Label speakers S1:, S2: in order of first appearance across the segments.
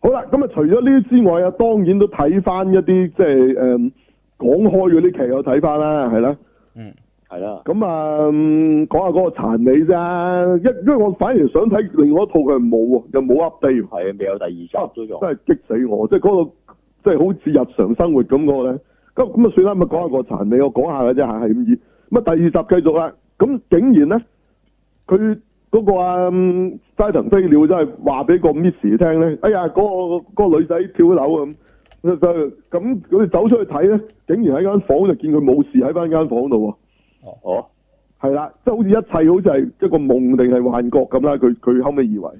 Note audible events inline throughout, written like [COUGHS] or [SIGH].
S1: 好啦，咁啊除咗呢啲之外啊，當然都睇翻一啲即係誒講開嗰啲劇我睇翻啦，係啦。
S2: 嗯，
S3: 係啦，
S1: 咁啊，嗯講下嗰個殘美咋，因因為我反而想睇另外一套佢冇喎，又冇 update 喎。
S3: 係未有第二集都
S1: 哦
S3: 仲
S1: 真係激死我！即係嗰個即係好似日常生活咁嗰個咧。咁咁啊算啦，咪講下個殘美，我講下嘅啫，係係咁意。咁啊第二集繼續啦。咁竟然咧，佢嗰個啊嗯齋藤飛鳥真係話俾個 Miss 聽咧，哎呀嗰、個嗰個女仔跳樓啊咁。咁咁佢哋走出去睇咧，竟然喺間房就見佢冇事喺翻間房度
S3: 哦，
S1: 喎。係啦，即係好似一切好似係一個夢定係幻覺咁啦。佢佢後尾以為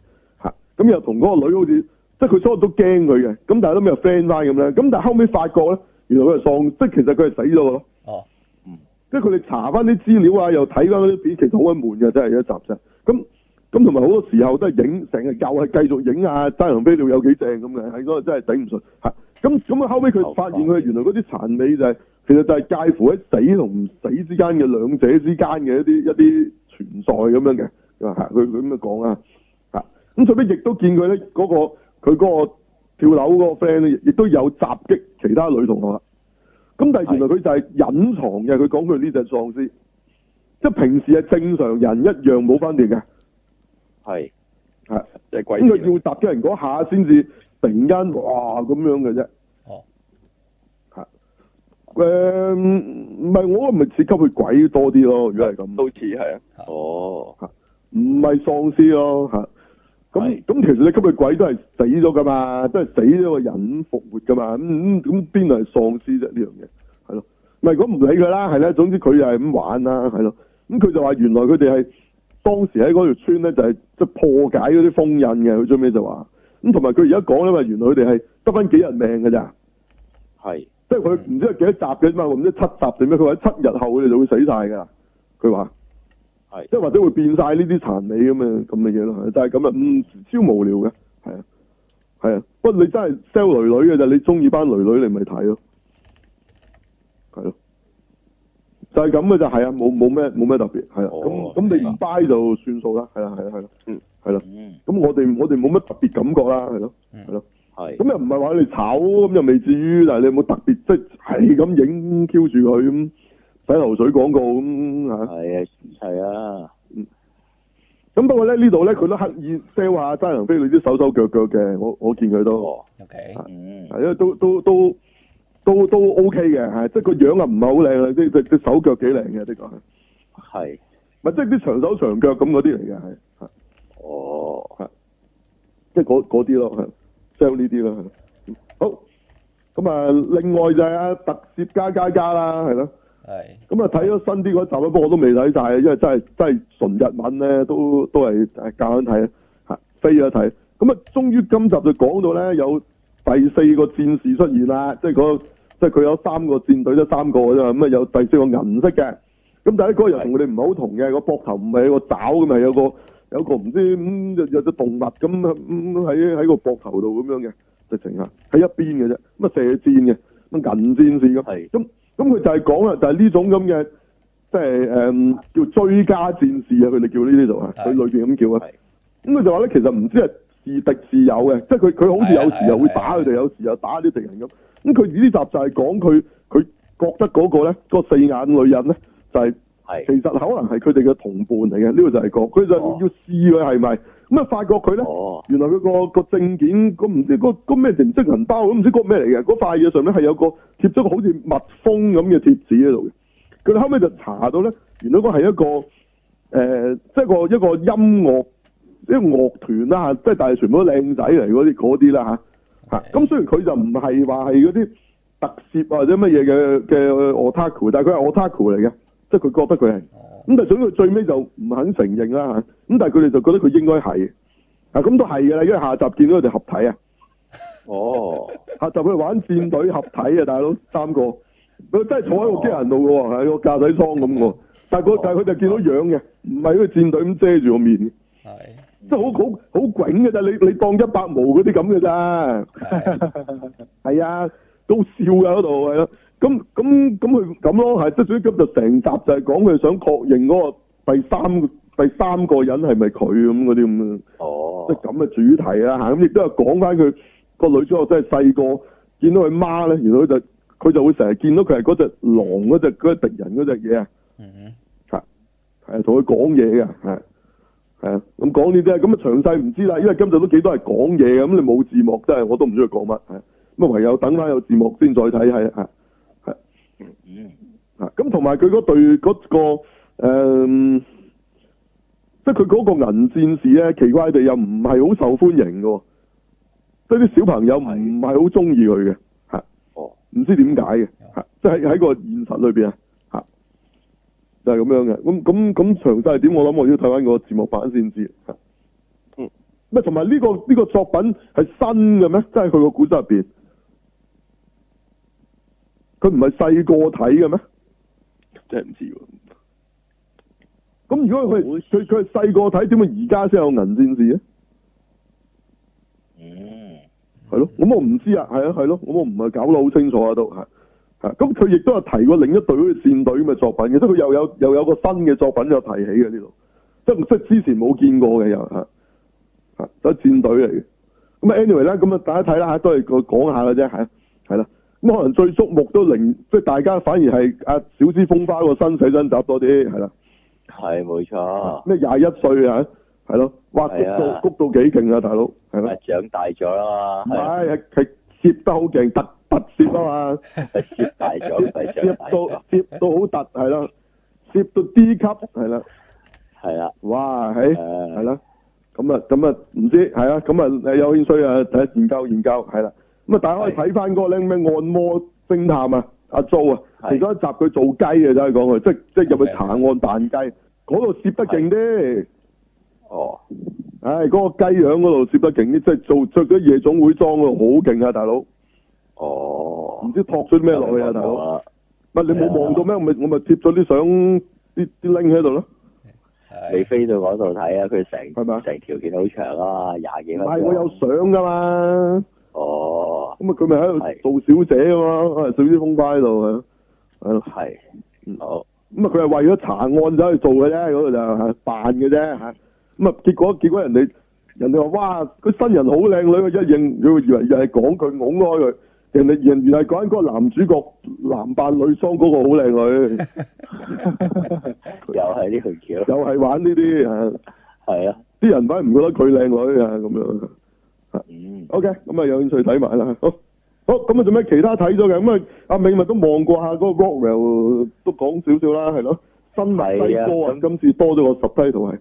S1: 嚇，咁又同嗰個女好似，即係佢初頭都驚佢嘅，咁但係都咩 friend 翻咁咧。咁但係後尾發覺咧，原來佢係喪，即係其實佢係死咗嘅咯。
S2: 哦，
S3: 嗯
S1: 即係佢哋查翻啲資料啊，又睇翻嗰啲片，其實好鬼悶嘅，真係一集啫。咁咁同埋好多時候都係影，成日又係繼續影啊，單人飛鳥有幾正咁嘅，喺嗰度真係頂唔順嚇。咁咁啊，後尾佢發現佢原來嗰啲殘尾就係、其實就係介乎喺死同唔死之間嘅兩者之間嘅一啲一啲存在咁樣嘅。嚇，佢佢咁樣講啊嚇。咁最尾亦都見佢咧嗰個佢嗰個跳樓嗰個 friend 咧，亦都有襲擊其他女同學啦。咁但係原來佢就係隱藏嘅，佢講佢呢隻喪屍，即係平時係正常人一樣冇分別嘅，
S3: 係
S1: 係
S3: 即係啊鬼
S1: 咁佢
S3: 片
S1: 要襲擊人嗰下先至突然間哇咁樣嘅啫。
S2: 哦，
S1: 誒、唔係我咪似吸血鬼多啲咯，如果係咁，
S4: 都似係啊，
S2: 嚇
S3: 哦，
S1: 唔係喪屍咯嚇。咁
S3: 係
S1: 咁其實你吸血鬼都係死咗噶嘛，都係死咗個人復活噶嘛，咁咁咁邊度係喪屍啫呢樣嘢？係咯，唔係咁唔理佢啦，係啦，總之佢就係咁玩啦，係咯。咁佢就話原來佢哋係當時喺嗰條村咧，就係即係破解嗰啲封印嘅。佢最尾就話咁，同埋佢而家講咧，話原來佢哋係得翻幾日命㗎咋，
S3: 係
S1: 即係佢唔知係幾多集嘅啫嘛，唔知七集定咩？佢話七日後佢哋就會死晒㗎啦。佢話
S3: 係
S1: 即係或者會變晒呢啲殘尾咁嘅咁嘅嘢咯，係就係咁啊，嗯，超無聊嘅，係啊，係啊，不過你真係 sell 女女嘅就你中意班女女你咪睇咯，係咯，就係咁嘅就係啊，冇冇咩冇咩特別，係啊，
S3: 哦
S1: 咁咁你唔 buy 就算數啦，係啦係啦係啦，
S4: 嗯，
S1: 係啦，
S3: 嗯
S1: 咁我哋我哋冇乜特別感覺啦，係咯
S2: 嗯
S1: 係咯，
S3: 係
S1: 咁又唔係話你炒咁又未至於，但係你有冇特別即係係咁影 Q 住佢咁洗流水廣告咁嚇？
S3: 係啊係啊，
S1: 咁不過咧呢度咧佢都刻意 sell 下齋藤飛女啲手手腳腳嘅，我我見佢都
S3: 哦，
S2: ，OK，
S3: 嗯
S1: 係因為都都都都都 OK 嘅，係即係個樣啊唔係好靚啦，即係隻手腳幾靚嘅的確係，
S3: 係，
S1: 咪即係啲長手長腳咁嗰啲嚟嘅係係，
S3: 哦
S1: 即係嗰嗰啲咯係 sell 呢啲咯係。好，咁啊另外就係阿特攝加加加啦係咯。
S2: 係
S1: 咁啊睇咗新啲嗰集啦，不過我都未睇晒，因為真係真係純日文咧，都都係誒夾硬睇嚇飛咗睇。咁啊，終於今集就講到咧有第四個戰士出現啦，即係嗰即係佢有三個戰隊，得三個嘅啫嘛，咁啊有第四個銀色嘅。咁但係咧嗰個又同佢哋唔係好同嘅，個膊頭唔係有個爪咁，係有個有個唔知咁有有隻動物咁咁喺喺個膊頭度咁樣嘅，直情啊喺一邊嘅啫，咁啊射箭嘅，咁銀戰士咁。
S3: 係
S1: 咁咁佢就係講啦，就係、呢種咁嘅，即係誒嗯叫追加戰士啊，佢哋叫呢啲就係
S2: 係
S1: 佢裏邊咁叫啊
S3: 係。
S1: 咁佢就話咧，其實唔知係是敵是友嘅，即係佢佢好似有時又會打佢
S2: 係係
S1: 哋，有時又打啲敵人咁。咁佢呢集就係講佢佢覺得嗰個咧，嗰個四眼女人咧，就係、其
S3: 係，
S1: 實可能係佢哋嘅同伴嚟嘅，呢、個就係講佢就
S3: 哦
S1: 要試佢係咪咁啊？發覺佢咧。
S3: 哦
S1: 原來佢個個證件，個唔知嗰嗰咩唔知銀包，唔知嗰咩嚟嘅，嗰塊嘢上面係有個貼咗個好似密封咁嘅貼紙喺度嘅。佢哋後尾就查到咧，原來嗰係一個誒、呃即係個一個音樂一個樂團啦啊即係但係全部都靚仔嚟嗰啲嗰啲啦嚇嚇。咁雖然佢就唔係話係嗰啲特攝或者乜嘢嘅嘅 otaku，但係佢係 otaku 嚟嘅，即係佢覺得佢係。
S2: 哦，
S1: 咁但係總之佢最尾就唔肯承認啦嚇，咁但係佢哋就覺得佢應該係，啊咁都係嘅啦，因為下集見到佢哋合體啊，
S3: 哦，
S1: 下集佢哋玩戰隊合體啊，大佬三個，佢真係坐喺個機械人度嘅喎，喺個駕駛艙咁嘅喎，但係佢但係佢就見到樣嘅，唔係嗰個戰隊咁遮住個面嘅，
S2: 係
S1: 即係好好好囧嘅咋，你你當一百毛嗰啲咁嘅咋。 [LAUGHS] 係啊，都笑㗎嗰度係咯。咁咁咁佢咁咯，係即係總之咁就成集就係講佢想確認嗰個第三第三個人係咪佢咁嗰啲咁嘅，
S3: 哦
S1: 即係，咁嘅主題啦嚇。咁亦都係講翻佢個女主角真係細個見到佢媽咧，原來佢就佢就會成日見到佢係嗰隻狼嗰隻嗰隻敵人嗰隻嘢啊，
S2: 嗯
S1: 係係啊同佢講嘢嘅，係係啊，咁講呢啲啊咁啊詳細唔知啦，因為今集都幾多係講嘢嘅，咁你冇字幕真係我都唔知佢講乜，係咁啊唯有等翻有字幕先再睇，係係係。
S3: 嗯，
S1: 啊，咁同埋佢嗰對嗰、個誒即係佢嗰個銀戰士咧，奇怪地又唔係好受歡迎嘅喎，即係啲小朋友唔係好中意佢嘅，嚇，
S3: 哦，
S1: 唔知點解嘅，嚇，即係喺個現實裏邊啊，嚇，就係、咁樣嘅。咁咁咁詳細係點？我諗我要睇翻個字幕版先知。嚇
S3: 嗯，
S1: 咩？同埋呢個呢、個作品係新嘅咩？即係佢個古仔入邊，佢唔係細個睇嘅咩？
S4: 真係唔知喎。
S1: 咁如果佢
S3: 好
S1: 佢佢係細個睇，點解而家先有銀戰士咧？
S3: 嗯，
S1: 係咯，咁我唔知啊，係啊係咯，咁我唔係搞得好清楚啊都係，係咁佢亦都有提過另一隊好似戰隊咁嘅作品嘅，即係佢又有又有個新嘅作品有提起嘅呢度，即係即係之前冇見過嘅又係，係都係戰隊嚟嘅。咁啊 anyway 啦，咁啊大家睇啦嚇，都係個講下嘅啫，係係啦。咁可能最矚目都令即係大家反而係阿小芝風花個新寫真集多啲，係啦。
S3: 係冇錯，
S1: 咩廿一歲啊，係咯，哇，谷
S3: 係啊
S1: 到谷到幾勁啊，大佬，係
S3: 啊
S1: 咯，
S3: 長大咗啦
S1: 唔
S3: 嘛，
S1: 係係係攝得好勁，突突攝啊嘛，
S3: 係接大咗，係
S1: 攝
S3: 長大咗 [LAUGHS]
S1: 到，攝到好突，係啦，攝到 D 級，係啦，
S3: 係啦，
S1: 哇，係
S3: 誒
S1: 係啦，咁啊咁啊唔知係啊，咁啊有興趣啊睇研究研究，係啦，咁啊大家可以睇翻嗰個僆咩按摩偵探啊，阿 Jo 啊，
S3: 係
S1: 其中一集佢做雞嘅，真係講佢，即即入去
S2: 係
S1: 查案扮雞，嗰度攝得勁啲。
S3: 哦，
S1: 唉，嗰、個雞樣嗰度攝得勁啲，即係做着咗夜總會裝嗰度好勁啊，大佬！唔
S3: 哦，
S1: 知托咗咩落去啊，大佬！
S3: 啊，
S1: 乜你冇望到咩？我咪我咪貼咗啲相啲啲 link 喺度咯。
S3: 你
S2: 係
S3: 飛到嗰度睇啊，佢成
S1: 係咪啊
S3: 成條片好長啊，廿幾
S1: 唔
S3: 分
S1: 係
S3: 鐘，
S1: 我有相噶嘛，
S3: 哦，
S1: 咁啊佢咪喺度做小姐啊嘛，啊小姐風花喺度係咯係咯。
S3: 係
S1: 嗯，
S3: 好，
S1: 咁啊佢係為咗查案走去做嘅啫，嗰度就係扮嘅啫嚇。咁啊結果結果人哋人哋話哇，佢新人好靚女，一認佢以為又係講佢拱開佢，人哋人原來講緊嗰個男主角男扮女裝嗰個好
S3: [LAUGHS]
S1: 靚女，
S3: 又係呢條橋，
S1: 又係玩呢啲啊
S3: 係啊，
S1: 啲人反而唔覺得佢靚女啊咁樣。
S3: 嗯，
S1: OK，咁啊有興趣睇埋啦。好，好咁啊做咩其他睇咗嘅？咁啊阿銘咪都望過下嗰個 Rockwell 都講少少啦，係咯。新墨西
S3: 係啊
S1: 哥啊，
S3: 咁
S1: 今次多咗個十梯圖係。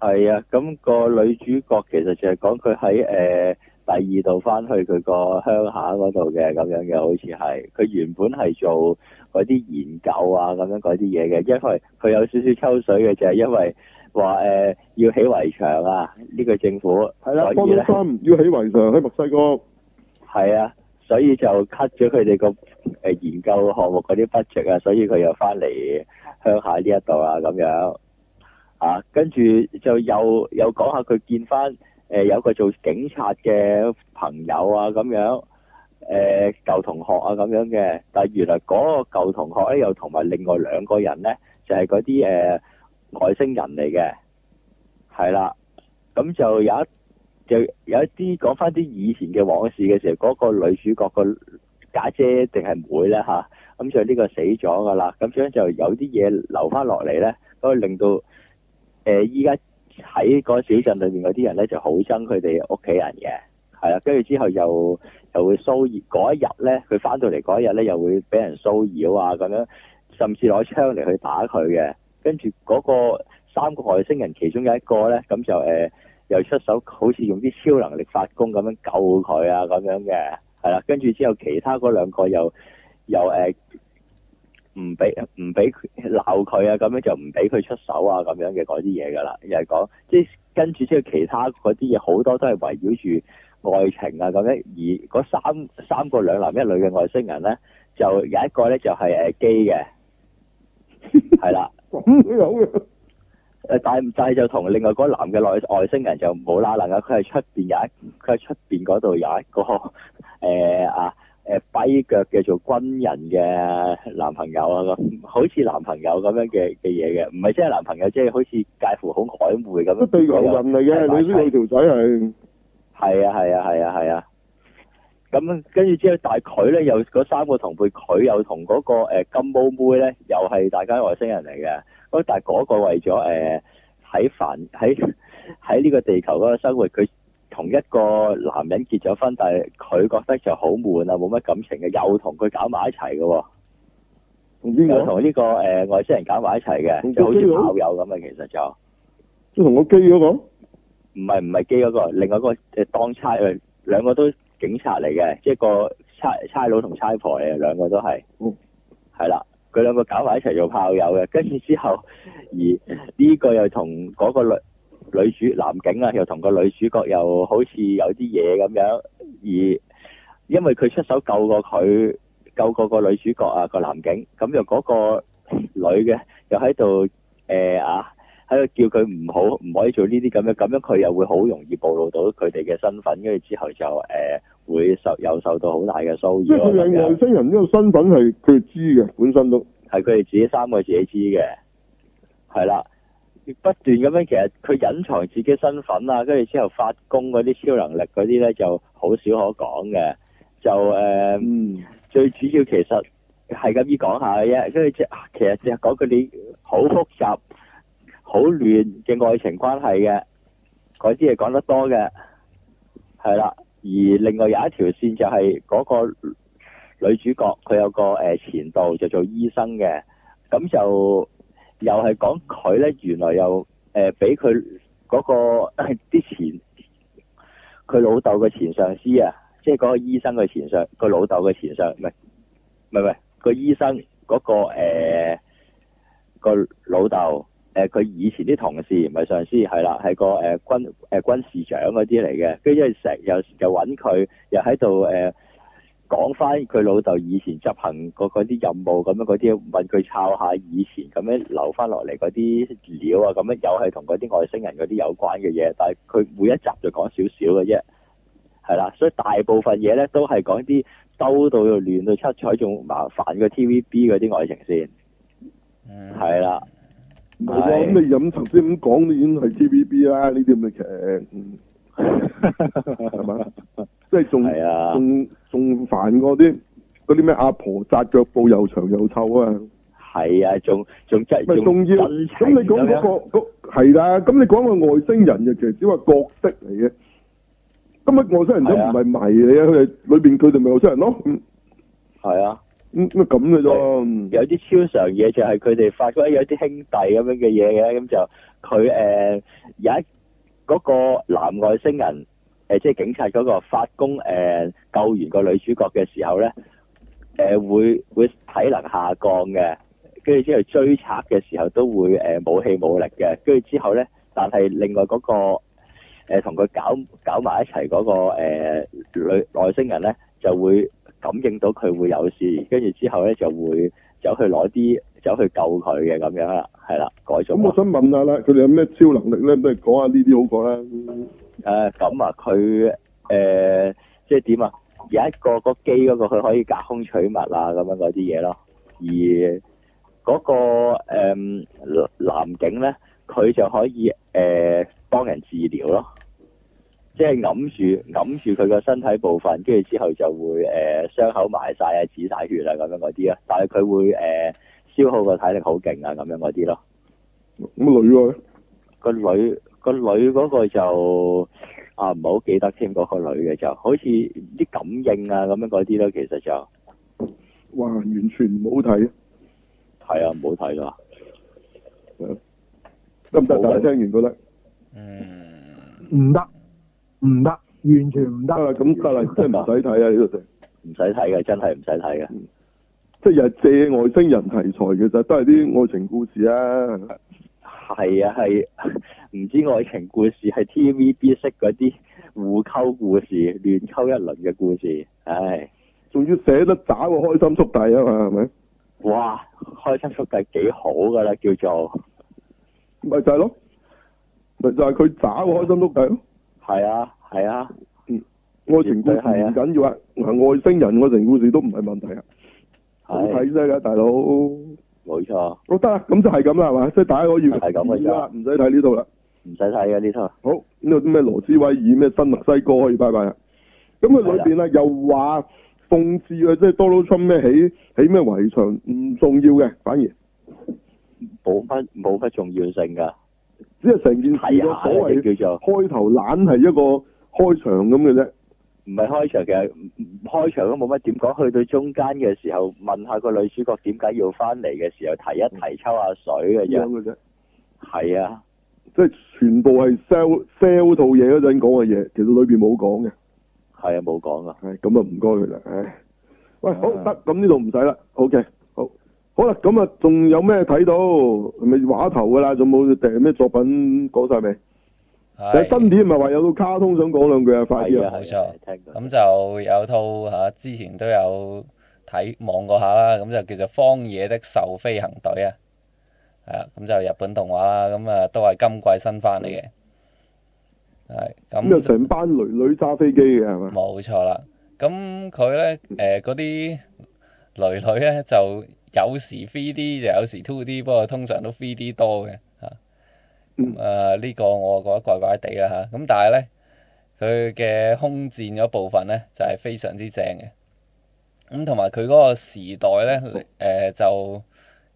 S3: 係啊，咁、個女主角其實就係講佢喺誒第二度翻去佢個鄉下嗰度嘅咁樣嘅，好似係佢原本係做嗰啲研究啊咁樣嗰啲嘢嘅，因為佢有少少抽水嘅就係因為話誒、呃要起圍牆啊，呢、個政府
S1: 係啦，
S3: 所
S1: 幫
S3: 以咧
S1: 到三要起圍牆喺墨西
S3: [LAUGHS]
S1: 哥。
S3: 係啊，所以就 cut 咗佢哋個誒研究項目嗰啲 budget 啊，所以佢又翻嚟鄉下呢一度啊咁樣啊，跟住就又又講下佢見翻誒、有個做警察嘅朋友啊咁樣。誒、舊同學啊咁樣嘅，但係原來嗰個舊同學咧，又同埋另外兩個人咧，就係嗰啲誒外星人嚟嘅，係啦。咁就有一就有一啲講翻啲以前嘅往事嘅時候，嗰、個女主角個家姐定係妹咧吓，咁、就呢個死咗噶啦，咁樣就有啲嘢留翻落嚟咧，咁就令到誒依家喺嗰小鎮裏面嗰啲人咧就好憎佢哋屋企人嘅，係啦，跟住之後又又會騷擾嗰一日咧，佢翻到嚟嗰一日咧又會俾人騷擾啊咁樣，甚至攞槍嚟去打佢嘅，跟住嗰個三個外星人其中有一個咧，咁就誒。呃又出手好似用啲超能力發功咁樣救佢啊咁樣嘅，係啦，跟住之後其他嗰兩個又又誒唔俾唔俾佢鬧佢啊，咁樣就唔俾佢出手啊咁樣嘅嗰啲嘢㗎啦，又係講即係跟住之後其他嗰啲嘢好多都係圍繞住愛情啊咁樣，而嗰三三個兩男一女嘅外星人咧，就有一個咧就係誒基嘅，係啦。
S1: 咁樣嘅。
S3: 誒，但係但係呃就同另外嗰男嘅外外星人就冇啦能啊！佢係出邊有一，佢係出邊嗰度有一個 [LAUGHS] 誒、啊誒跛腳嘅做軍人嘅男朋友啊咁，好似男朋友咁樣嘅嘅嘢嘅，唔係真係男朋友，即係好似介乎好曖昧咁樣。
S1: 啊
S3: 啊
S1: 地球人嚟嘅，你呢度條仔係
S3: 係啊係啊係啊係啊，咁跟住之後，但係佢咧又嗰三個同輩，佢又同嗰、個、呃、金毛妹咧，又係大家外星人嚟嘅。咁但係嗰個為咗誒喺凡 [LAUGHS] 喺喺呢個地球嗰個生活，佢同一個男人結咗婚，但係佢覺得就好悶啊，冇乜感情嘅，又同佢搞埋一齊嘅喎，
S1: 同邊
S3: 又
S1: 個？
S3: 同呢、個、呃、外星人搞埋一齊嘅，
S1: 同
S3: 就好似
S1: 基佬
S3: 炮友咁啊，其實就。
S1: 即係同我基嗰
S3: 啊
S1: 個？
S3: 唔係唔係基嗰、個，另外一個誒當差誒，兩個都警察嚟嘅，即係個差差佬同差婆嚟嘅，兩個都係
S1: 嗯，
S3: 係啦、佢兩個搞埋一齊做炮友嘅，跟住之後，而呢個又同嗰個女女主男警啊，又同個女主角又好似有啲嘢咁樣，而因為佢出手救過佢，救過個女主角啊個男警，咁又嗰個女嘅又喺度誒啊〜喺度叫佢唔好唔可以做呢啲咁樣，咁樣佢又會好容易暴露到佢哋嘅身份，跟住之後就誒、呃、會受又受到好大嘅騷擾
S1: 即係佢
S3: 咯咁
S1: 哋外
S3: 樣，
S1: 星人呢個身份係佢哋知嘅，本身都
S3: 係佢哋自己三個自己知嘅，係啦，不斷咁樣其實佢隱藏自己身份啊，跟住之後發功嗰啲超能力嗰啲咧就好少可講嘅，就誒。呃
S1: 嗯，
S3: 最主要其實係咁依講下嘅啫，跟住即係啊其實就係講佢哋好複雜、好亂嘅愛情關係嘅，嗰啲嘢講得多嘅，係啦。而另外有一條線就係嗰個女主角，佢有個誒、呃前度就做醫生嘅，咁就又係講佢咧，原來又誒俾佢嗰個 [COUGHS] 啲前佢老豆嘅前上司啊。即係嗰個醫生嘅前上，個老豆嘅前上，唔係唔係唔係個醫生嗰、個誒、呃、個老豆誒，佢、以前啲同事唔係上司係啦，係個誒、呃、軍誒、呃、軍事長嗰啲嚟嘅，跟住成日又又揾佢，又喺度呃誒講翻佢老豆以前執行過嗰啲任務咁樣嗰啲，問佢抄下以前咁樣留翻落嚟嗰啲料啊，咁樣又係同嗰啲外星人嗰啲有關嘅嘢，但係佢每一集就講少少嘅啫。係啦，所以大部分嘢咧都係講啲兜到又亂到七彩，仲麻煩過 TVB 嗰啲愛情線，
S2: 嗯，
S3: 係啦，
S1: 唔係喎，咁你飲頭先咁講都已經係 TVB 啦，呢啲咁嘅劇，嗯
S3: [LAUGHS]
S1: 係咪即係仲
S3: 係啊
S1: 仲仲煩過啲嗰啲咩阿婆紮腳布又長又臭啊！
S3: 係啊，仲仲真
S1: 咪仲要
S3: 真情
S1: 咁你講嗰、
S3: 樣
S1: 個嗰係啦，咁你講個外星人就其實只係角色嚟嘅。咁啊，外星人都唔係迷你啊，佢哋裏邊佢哋咪外星人咯，嗯
S3: 係啊，
S1: 咁咁咁嘅啫。嗯
S3: 有啲超常嘢就係佢哋發覺哎有啲兄弟咁樣嘅嘢嘅，咁就佢誒、呃有一嗰、個男外星人誒、呃即係警察嗰、個發功誒、呃救完個女主角嘅時候咧，誒、呃、會會體能下降嘅，跟住之後追賊嘅時候都會呃誒冇氣冇力嘅，跟住之後咧，但係另外嗰、個呃同佢搞搞埋一齊嗰、個、呃、女外星人咧就會感應到佢會有事，跟住之後咧就會走去攞啲走去救佢嘅咁樣啦，係啦，改
S1: 咁
S3: 種啦
S1: 我。想問下啦，佢哋有咩超能力咧？都係講下呢啲好過啦。嗯
S3: 誒咁啊，佢誒、呃即係點啊？有一個個機嗰個佢可以隔空取物啊，咁樣嗰啲嘢咯。而嗰、個、呃、男警咧，佢就可以誒、呃、幫人治療咯，即係揞住揞住佢個身體部分，跟住之後就會誒、呃、傷口埋晒啊、止晒血啊咁樣嗰啲啊。但係佢會誒、呃消耗個體力好勁啊，咁樣嗰啲咯。
S1: 咁啊女喎，
S3: 個女個女嗰個就啊唔係好記得添，嗰、個女嘅就好似啲感應啊咁樣嗰啲咯，其實就
S1: 哇，完全唔好睇，
S3: 係啊，唔好睇啦，
S1: 呃得唔得？
S3: 冇啊
S1: 大家
S3: 睇
S1: 聽完覺得
S2: 嗯，
S5: 唔得，唔得，完全唔
S1: 得啦，
S5: 得。
S1: 啊咁得
S3: [LAUGHS]
S1: 啦，真係唔使睇啊！呢度就
S3: 唔使睇嘅，真係唔使睇嘅，
S1: 即係又係借外星人題材，其實都係啲愛情故事啊。
S3: 係啊係，唔知愛情故事係 TVB 式嗰啲互溝故事，亂溝一輪嘅故事，唉，
S1: 仲要寫得渣喎，開心速遞啊嘛，係咪？
S3: 哇，開心速遞幾好㗎啦，叫做
S1: 咪就係咯，咪就係佢渣喎，開心速遞咯。
S3: 係啊係啊，
S1: 愛情故事唔緊要啊，嗱外星人愛情故事都唔係問題啊，好
S3: 係
S1: 睇啫㗎，大佬。
S3: 冇錯，
S1: 好得啦，咁就係咁啦，係嘛？即係大家可以
S3: 係咁嘅啫
S1: 啦，唔使睇呢度啦。
S3: 唔使睇嘅呢套。
S1: 好，呢度啲咩羅斯威爾咩新墨西哥可以拜拜啦。啊咁佢裏邊啊又話諷刺啊，即係 Donald Trump 咩起起咩圍牆唔重要嘅，反而
S3: 冇乜冇乜重要性㗎，
S1: 只係成件事
S3: 睇
S1: 個
S3: 下
S1: 所謂
S3: 嘅叫做
S1: 開頭懶係一個開場咁嘅啫。
S3: 唔係開場嘅，唔唔開場都冇乜點講。去到中間嘅時候，問下個女主角點解要翻嚟嘅時候，提一
S1: 嗯
S3: 提抽下水嘅
S1: 咁樣
S3: 啫。
S1: 嘅啫，
S3: 係啊，
S1: 即係全部係 sell sell 套嘢嗰陣講嘅嘢，其實裏邊冇講嘅，
S3: 係啊，冇講啊。
S1: 係咁啊唔該佢啦，唉，喂好
S2: 啊
S1: 得，咁呢度唔使啦，OK，好，好啦，咁啊仲有咩睇到？係咪畫頭㗎啦？仲冇訂咩作品講晒未？
S2: 係
S1: 新年咪話有套卡通想講兩句啊，快啲
S3: 係
S1: 啊！
S3: 啊，係啊，聽過。
S2: 咁就有套嚇、啊之前都有睇望過下啦，咁就叫做《荒野的獸飛行隊》啊，係啦，咁就日本動畫啦，咁啊都係今季新番嚟嘅，係
S1: 咁有
S2: 咁就
S1: 成班女女揸飛機嘅係嘛？
S2: 冇錯啦。咁佢咧誒嗰啲女女咧就有時 3D 就有時 2D，不過通常都 3D 多嘅嚇。
S1: 嗯
S2: 咁啊呢個我覺得怪怪地啦嚇，咁但係咧佢嘅空戰嗰部分咧就係、非常之正嘅，咁同埋佢嗰個時代咧誒、就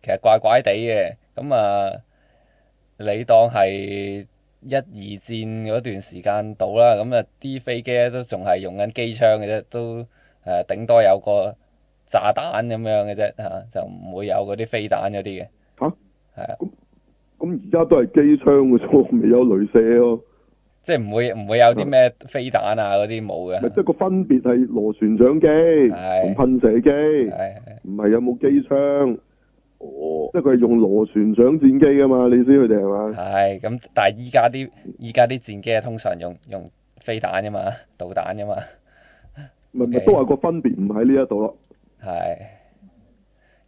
S2: 其實怪怪地嘅，咁啊你當係一二戰嗰段時間到啦，咁啊啲飛機咧都仲係用緊機槍嘅啫，都誒、頂多有個炸彈咁樣嘅啫嚇，就唔會有嗰啲飛彈嗰啲嘅。
S1: 嚇
S2: 係啊。
S1: 咁而家都係機槍嘅啫，未有雷射咯，
S2: 即係唔會唔會有啲咩飛彈啊嗰啲冇
S1: 咪
S2: 嘅，
S1: 即係個分別係螺旋槳機
S2: 係
S1: 同噴射機。
S2: 係係
S1: 唔係有冇機槍，
S3: 哦，
S1: 即係佢係用螺旋槳戰機噶嘛？你知佢哋係嘛？
S2: 係咁，但係依家啲依家啲戰機啊，通常用用飛彈啫嘛， [LAUGHS] 導彈啫嘛，
S1: 咪咪
S2: Okay
S1: 都話個分別唔喺呢一度咯。
S2: 係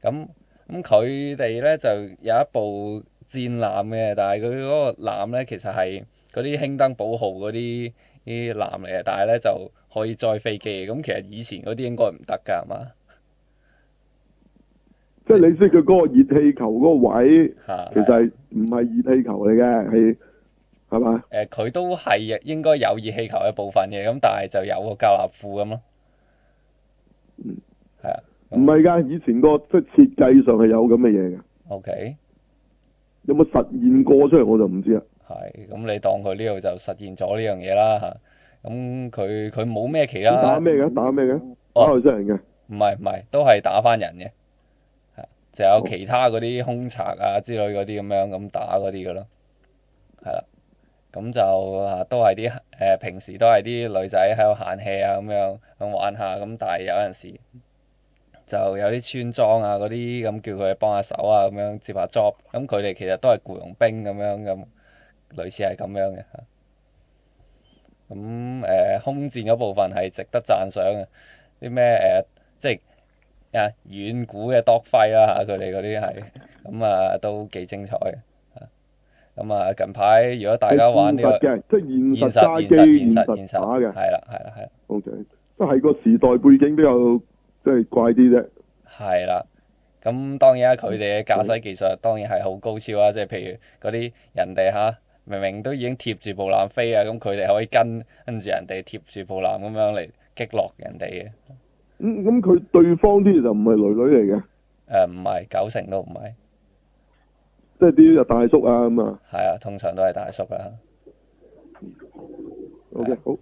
S2: 咁咁佢哋咧就有一部戰艦嘅，但係佢嗰個艦咧其實係嗰啲興登堡號嗰啲啲艦嚟嘅，但係咧就可以載飛機嘅，咁其實以前嗰啲應該唔得㗎係嘛
S1: 即係你知佢嗰個熱氣球嗰個位，
S2: 嚇。
S1: 其實係唔係熱氣球嚟嘅，係係嘛？
S2: 誒呃佢都係應該有熱氣球嘅部分嘅，咁但係就有個膠納褲咁咯。
S1: 嗯。
S2: 係啊。
S1: 唔係㗎，以前個即係設計上係有咁嘅嘢嘅，
S2: O K，
S1: 有冇實現過出嚟我就唔知啊啦。
S2: 係咁你當佢呢度就實現咗呢樣嘢啦嚇。咁佢佢冇咩其
S1: 咁打
S2: 他，
S1: 咩嘅？打咩嘅？打
S2: 哦
S1: 外星人嘅。
S2: 唔係唔係，都係打翻人嘅。係就有其他嗰啲空賊啊之類嗰啲咁樣咁打嗰啲嘅咯。係啦。咁就啊都係啲誒平時都係啲女仔喺度閒 hea 啊咁樣咁玩下，咁但係有陣時。就有啲村莊啊嗰啲咁叫佢哋幫下手啊咁樣接下 job，咁佢哋其實都係僱傭兵咁樣咁，類似係咁樣嘅嚇。咁誒、呃空戰嗰部分係值得讚賞嘅，啲咩誒即係啊遠古嘅 dog fight 啦嚇，佢哋嗰啲係咁啊都幾精彩嘅嚇咁啊近排如果大家玩呢、
S1: 係
S2: 個
S1: 現實嘅，即係現實揸
S2: 現實現
S1: 機、
S2: 實
S1: 現
S2: 現實現
S1: 實
S2: 實
S1: 打嘅。
S2: 係啦係啦係啦。
S1: O K，即係個時代背景比較即係怪啲啫。
S2: 係啦，咁當然啦，佢哋嘅
S1: 嗯
S2: 駕駛技術當然係好高超啊啦，即係譬如嗰啲人哋嚇明明都已經貼住部艦飛啊，咁佢哋可以跟跟住人哋貼住部艦咁樣嚟擊落人哋嘅。
S1: 咁嗯咁佢對方啲就唔係女女嚟嘅。
S2: 誒唔係九成都唔係，
S1: 即係啲就大叔啊咁啊。
S2: 係啊，通常都係大叔啊啦。
S1: O K，好。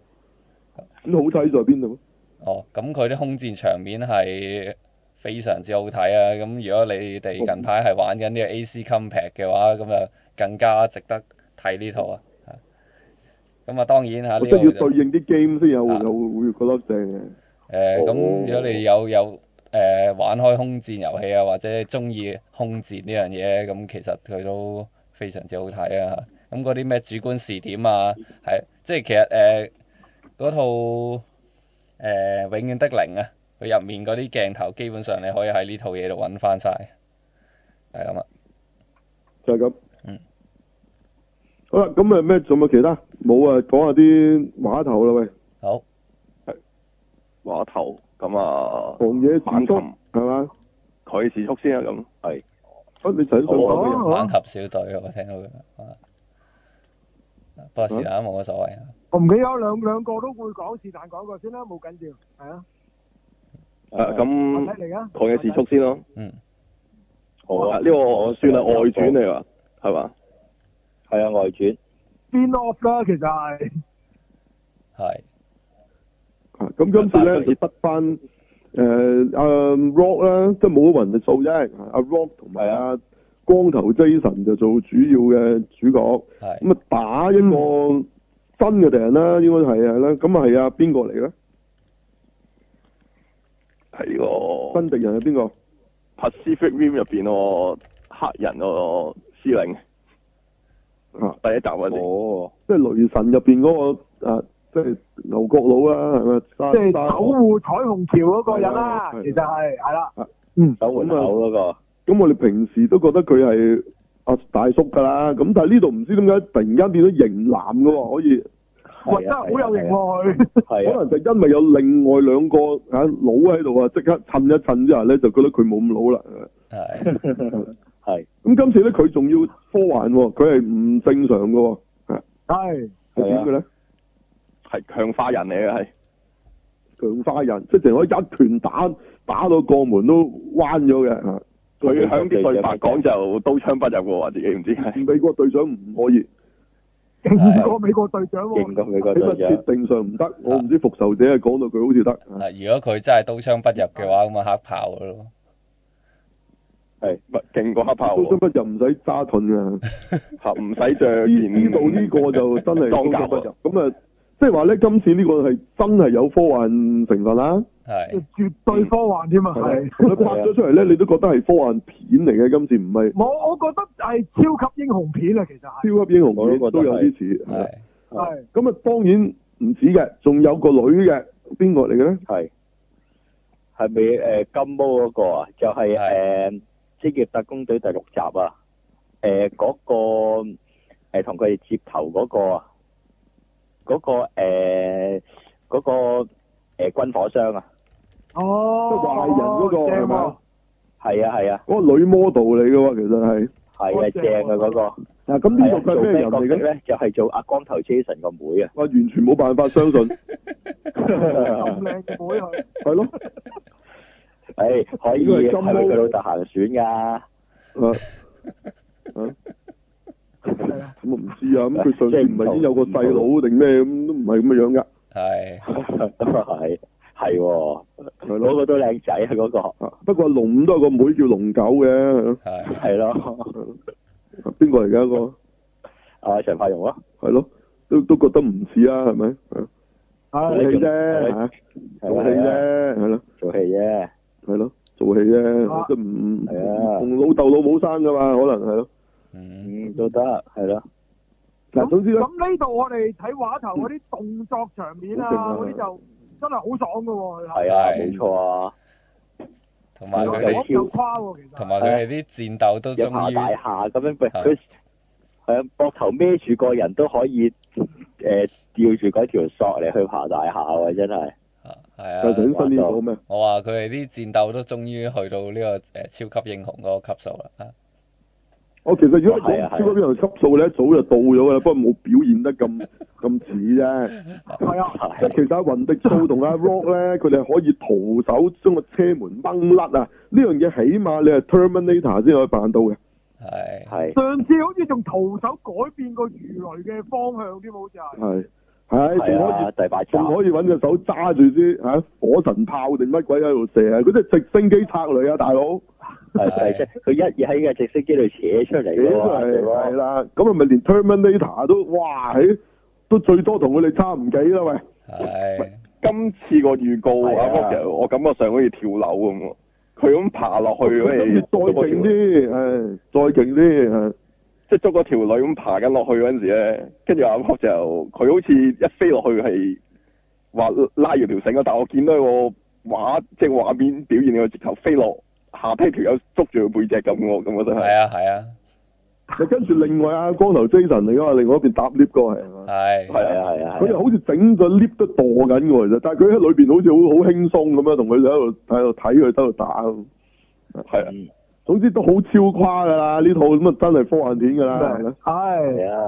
S1: 咁好睇在邊度？
S2: 哦，咁佢啲空戰場面係非常之好睇啊！咁如果你哋近排係玩緊呢個 AC Compact 嘅話，咁就更加值得睇呢套啊。嚇咁啊，當然嚇
S1: 我
S2: 呢
S1: 真係
S2: 個
S1: 要
S2: 就。
S1: 對應啲 game 先有
S2: 啊
S1: 有會覺得正嘅。
S2: 誒咁、
S3: 哦
S2: 如果你有有誒、玩開空戰遊戲啊，或者中意空戰呢樣嘢，咁其實佢都非常之好睇啊！咁嗰啲咩主觀視點啊，係即係其實誒嗰、套誒、永遠的零啊，佢入面嗰啲鏡頭基本上你可以喺呢套嘢度揾翻晒，係咁啊。
S1: 就係咁。
S2: 嗯。
S1: 好啦，咁啊咩仲有冇其他？冇啊，講下啲碼頭啦喂，
S2: 好，
S4: 畫頭咁啊，
S1: 狂野時速
S4: 猛禽
S1: 係嘛？
S4: 佢時速先啊咁，係
S1: 啊，你頭先想講咩啊
S5: 好啊
S2: 猛俠小隊啊我聽到佢啊，不過是但冇乜所謂啊。
S5: 我唔記得兩兩個都會講，是但講過先啦，冇緊要，係啊，
S4: 啊
S1: 嗯
S4: 咁
S5: 阿踢嚟啊，
S4: 佢嘅時速先咯。
S2: 嗯，
S3: 好
S4: 啊
S3: 啊，
S4: 呢個我我算係外傳嚟㗎，係嘛？
S3: 係啊，外傳
S5: spin off 啦，其實係
S2: 係
S1: 啊咁今次咧就得翻誒阿 Rock 啦，即係冇咗雲力數啫。阿 Rock 同埋
S4: 啊
S1: 阿光頭 Jason 就做主要嘅主角。
S2: 係
S1: 咁啊打一個真嘅敵人啦，應該係係啦。咁啊係啊，邊個嚟咧？
S4: 係呢個
S1: 新敵人係邊個？
S4: Pacific Rim 入邊個黑人個司令，
S1: 啊，
S4: 第一集嗰時。
S3: 哦，
S1: 即係雷神入邊嗰個啊，即係牛角佬啦，啊係咪？
S5: 即係
S1: 沙
S5: 守護彩虹橋嗰個人
S1: 係啊
S5: 啦，
S1: 係啊
S5: 其實係係啦
S1: 啊，
S5: 嗯，
S3: 守門口嗰個
S1: 咁我哋平時都覺得佢係阿大叔㗎啦，咁但係呢度唔知點解突然間變咗型男㗎喎，可以啊
S5: 哇真係好有型喎佢，
S3: 係
S1: 可
S3: 啊，
S1: 能就因為有另外兩個啊佬喺度啊，即刻襯一襯之下咧，就覺得佢冇咁老啦。
S2: 係
S3: 係
S1: 咁今次咧佢仲要科幻喎，佢係唔正常㗎喎，
S5: 係
S1: 係點
S3: 啊
S1: 嘅咧？
S4: 係強化人嚟嘅係，
S1: 強化人，即係成可以一拳打打到個門都彎咗嘅啊嚇。
S4: 佢響啲對白講就刀槍不入嘅喎，話自己唔知係。
S1: 美國隊長唔可以，啊
S5: 勁過美國隊長
S3: 勁
S5: 喎，
S3: 過美國
S1: 起碼
S3: 隊
S1: 設
S3: 長，
S1: 定上唔得。我唔知復仇者係講到佢好似得啊嚇。
S2: 嗱，啊如果佢真係刀槍不入嘅話，咁啊黑炮㗎咯，
S3: 係
S4: 唔係勁過
S3: 啊
S4: 黑炮
S1: 刀槍
S4: 喎，
S1: 不入啊唔使揸盾嘅，啊
S4: 嚇唔使着
S1: 呢
S4: 件。
S1: 呢度呢個就真
S3: [LAUGHS]
S1: 係刀
S4: 裝甲
S1: 槍不
S4: 喎
S1: 入。咁啊，即係話咧，今次呢個係真係有科幻成分啦，
S2: 係
S5: 絕對科幻添啊，
S1: 係
S5: 係。
S1: 佢拍咗出嚟咧，你都覺得係科幻片嚟嘅。今次唔係
S5: 我我覺得係超級英雄片啊，其實
S1: [LAUGHS]
S5: 係
S1: 超級英雄
S3: 我都覺
S1: 片
S3: 得
S1: 都有啲似。係啦
S2: 係
S5: 係
S1: 咁啊，當然唔止嘅，仲有個女嘅，邊個嚟嘅咧？
S3: 係係咪誒金毛嗰個啊？就係誒職業特工隊第六集啊，誒嗰個誒同佢哋接頭嗰個啊，嗰個誒嗰個誒軍火商啊，
S5: 哦，
S1: 即係壞人嗰個係
S5: 正
S1: 咪
S5: 喎
S1: 啊，
S3: 係啊係啊
S1: 嗰個女 model 嚟嘅喎，其實係。
S3: 係啊正啊嗰個。
S1: 嗱，咁
S3: 係啊
S1: 呢個佢係
S3: 做
S1: 咩
S3: 咩
S1: 人
S3: 角
S1: 嚟
S3: 色
S1: 嘅咧？
S3: 咧？就係做阿光頭 Jason 個妹啊，
S1: 我完全冇辦法相
S3: [LAUGHS]
S1: 信，啊
S5: 咁靚嘅妹佢，
S1: 係咯。
S3: 誒可以
S1: 呢個係
S3: 係
S1: 金毛
S3: 咪佢老豆行選 [LAUGHS] 㗎？
S1: 啊啊
S5: 係啊
S1: 咁我唔知啊，咁佢上次唔係已經有個細佬定咩咁，都唔係咁嘅樣噶，
S2: 係
S3: 係係喎，
S1: 係
S3: 嗰
S1: 咯。
S3: 個都靚仔啊，嗰個
S1: 啊不過龍五都有個妹叫龍九嘅，係咯
S2: 係
S3: [LAUGHS] 係咯，
S1: 啊邊個嚟嘅嗰
S3: 啊陳柏蓉咯，
S1: 個？係咯，都都覺得唔似啊，係咪？啊做
S5: 係
S1: 戲
S3: 係
S1: 啫，嚇
S3: 係
S1: 做戲
S3: 咪啊？
S1: 啫，係咯，
S3: 做戲啫，
S1: 係咯，做戲啫
S5: 啊，
S1: 即係唔
S3: 係啊
S1: 同老豆老母生噶嘛，可能係咯。
S2: 嗯
S3: 嗯都得，係咯，
S1: 嗱，總之咧，
S5: 咁呢度我哋睇畫頭嗰啲動作場面啊，
S1: 好
S5: 嗰
S1: 勁
S5: 啲就真係好爽㗎喎，
S3: 係啊，
S2: 係
S3: 冇錯啊，
S2: 同埋佢
S5: 有
S2: 哋
S3: 有
S5: 有跨喎，其實
S2: 同埋佢哋啲戰鬥都
S3: 有啊爬
S2: 終
S3: 大
S2: 於
S3: 廈咁樣，喂
S2: 係
S3: 佢係啊，膊頭孭住個人都可以 [LAUGHS] 誒吊住嗰條索嚟去爬大廈喎，真係
S2: 啊
S1: 就
S2: 係
S1: 整
S2: 啊！
S1: 新呢個咩？
S2: 我話佢哋啲戰鬥都終於去到呢個誒超級英雄嗰個級數啦，啊
S1: 哦我其實如果
S3: 係啊
S1: 講超
S3: 係啊
S1: 級英雄級數咧，早就到咗噶啦，不過冇表現得
S3: [LAUGHS]
S1: 咁咁似啫。
S5: 係啊，
S1: 即係其
S3: 係
S1: 實阿雲迪素
S3: [LAUGHS]
S1: 同阿 Rock 咧，佢哋係可以徒手將個車門掹甩啊！呢樣嘢起碼你係 Terminator 先可以辦到嘅。
S2: 係
S3: 係
S5: 上次好似仲徒手改變個魚雷嘅方向添，好似係。
S1: 係係，仲
S3: 係
S1: 可
S3: 啊，
S1: 以
S3: 第八集
S1: 仲可以揾隻手揸住啲嚇火神炮定乜鬼喺度射啊！嗰啲直升機策略啊，大佬
S3: 係係即係佢一嘢喺個直升機度扯出嚟
S1: 扯
S3: 嘅
S1: 出
S3: 喎，
S1: 嚟
S3: 係
S1: 係
S3: 喎
S1: 啦，咁係咪連 Terminator 都哇喺都最多同佢哋差唔幾啦喂！
S2: 係
S4: 今次個預告
S3: 係啊
S4: 阿 r o c 我感覺上好似跳樓咁喎，佢咁啊爬落去嗰
S1: 跟
S4: 陣
S1: 住
S4: 時
S1: 再勁啲，
S4: 捉嗰條
S1: 係再勁啲，係
S4: 即係捉嗰條女咁爬緊落去嗰陣時咧，跟住阿 r o c 就佢好似一飛落去係話拉住條繩啊，但我見到個畫即係畫面表現佢直頭飛落下低條友捉住佢背脊咁喎，咁我真
S2: 係
S4: 係
S2: 啊係啊
S1: 咪跟住另外阿光頭 Jason 嚟噶嘛，另外一邊搭 lift 過係係嘛？
S2: 係
S3: 係啊係啊，
S1: 佢
S3: 係
S1: 又
S3: 啊
S1: 好似整咗 lift 都墮緊喎，其實，但係佢喺裏邊好似好好輕鬆咁樣，同佢喺度喺度睇佢喺度打咁。
S4: 係啊，
S3: 嗯
S1: 總之都好超誇㗎啦，呢套咁啊真係科幻片㗎啦，係啦
S5: 係
S3: 係啊，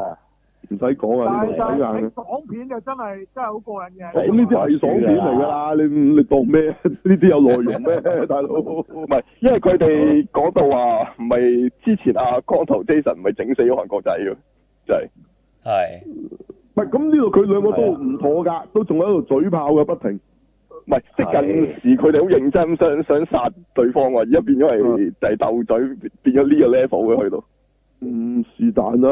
S1: 唔使講
S5: 但
S1: 啊，呢
S5: 係
S1: 個睇
S5: 但係
S1: 硬
S5: 睇
S1: 啊。
S5: 港片就真係真係好啊過癮嘅。
S1: 咁呢啲係啊爽片嚟㗎啦，你你當咩？ [LAUGHS] 呢啲有內容咩，大佬？
S4: 唔係，因為佢哋講到話唔係之前啊光頭 Jason 唔係整死咗韓國仔嘅，就係、
S2: 系
S1: 唔係咁呢度佢兩個都唔妥㗎，都仲喺度嘴炮嘅不停。
S4: 唔係即係近時佢哋好認真想想殺對方喎，而家變咗係就係鬥嘴，變咗呢個 level 嘅去到。
S1: 嗯，是但啦，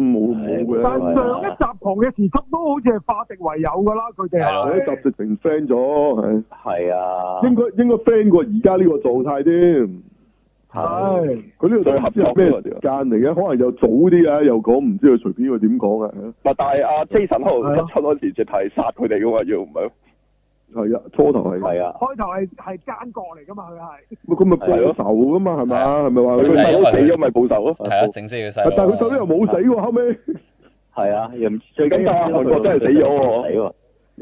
S1: 冇冇
S3: 係
S5: 但
S1: 嘅。
S5: 係上一集唐嘅時輯都好似係化敵為友㗎啦，佢哋
S2: 係咯
S1: 第一啊集直情 friend 咗，係
S3: 係啊，
S1: 應該應該 friend 過而家呢個狀態添。
S3: 係
S1: 佢呢個合啊作咩時間嚟嘅？可能又早啲啊，又講唔知佢隨便佢點講啊。
S4: 唔係但係阿 Jason
S5: 係
S4: 喺
S5: 咯
S4: 度出嗰時直係殺佢哋嘅嘛，要唔係
S1: 係啊，初頭係，
S3: 係啊，
S5: 開頭係係奸角嚟㗎嘛，佢係
S1: 咁咪
S4: 係
S1: 報
S4: 咯
S1: 仇噶嘛，係咪啊？係咪話
S4: 佢
S2: 就係
S1: 佢
S2: 因
S4: 細
S2: 為
S4: 佬死咗咪報仇咯？
S2: 系啊，整死佢细
S1: 但係佢細佬又
S2: 佬啊。
S1: 冇死喎，後尾 [LAUGHS]
S3: 係啊，又唔最緊要
S4: 咁但係韓國真係死咗喎
S3: 死喎。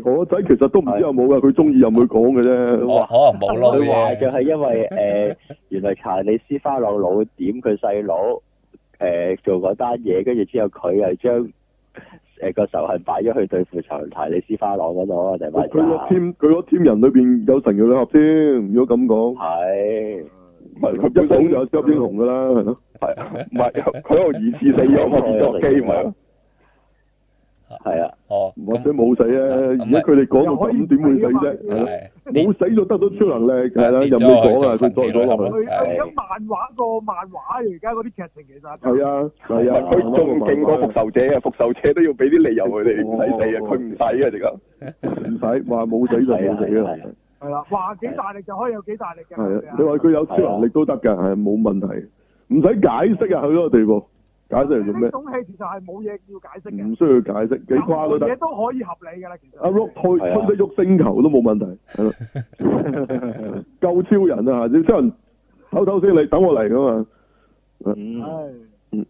S1: 我個仔其實都唔知有冇㗎，佢中意任佢講嘅啫。
S2: 我可能冇撈
S3: 佢話就
S2: 嘅，
S3: 係因為誒、呃
S2: [LAUGHS]
S3: 原來查理斯花朗老點佢細佬誒做嗰單嘢，跟住之後佢又將誒個仇恨擺咗去對付查查理斯花朗嗰度，啊我哋咪
S1: 佢個 team 佢個 team 人裏邊有神嘅兩合添，如果咁講，
S3: 係
S4: 唔係佢
S1: 一
S4: 本
S1: 早
S4: 身
S1: 就有超級英雄㗎啦，係咯。
S4: 係啊唔係佢喺度疑似死咗嘛，變咗機咪係咯
S3: 係啊，
S2: 哦，
S1: 或者
S2: 咁
S1: 冇死啊！而
S2: 咁
S1: 家佢哋講到咁點會死啫？
S5: 又可
S1: 係
S5: 以
S1: 咯，
S2: 係
S1: 冇死就得到超能力，係啦，
S2: 跌
S1: 任
S2: 咗
S1: 你講啊，佢
S2: 去做
S1: 再
S2: 神奇
S1: 講
S2: 女
S1: 落
S2: 俠
S1: 去。
S5: 佢佢而家
S3: 係
S5: 漫畫個漫畫啊而家嗰啲劇情其實
S1: 係啊，係啊，哦
S4: 佢仲勁過復仇者啊！復仇者都要俾啲理由佢哋唔使死啊，佢唔使啊，而家。
S1: 唔使話冇死就冇死啦。
S5: 係啦，話幾大力就可以有幾大力嘅。
S1: 啊係
S5: 佢
S1: 啊，
S5: 哋
S1: 你話佢有超能力都得㗎，係啊冇問題，唔使解釋啊，去到個地步，解
S5: 啊
S1: 釋嚟做咩
S5: 呢？種戲其實係冇嘢要解釋嘅
S1: 唔，需要解釋，幾誇都
S5: 任何嘢
S1: 得。
S5: 都可以合理㗎啦，其實。
S1: 阿 Rock 推
S3: 係啊
S1: 推得喐星球都冇問題，係 [LAUGHS] 咯，夠超人啊！你超人唞唞先，你等我嚟㗎嘛。
S3: 嗯，
S5: 係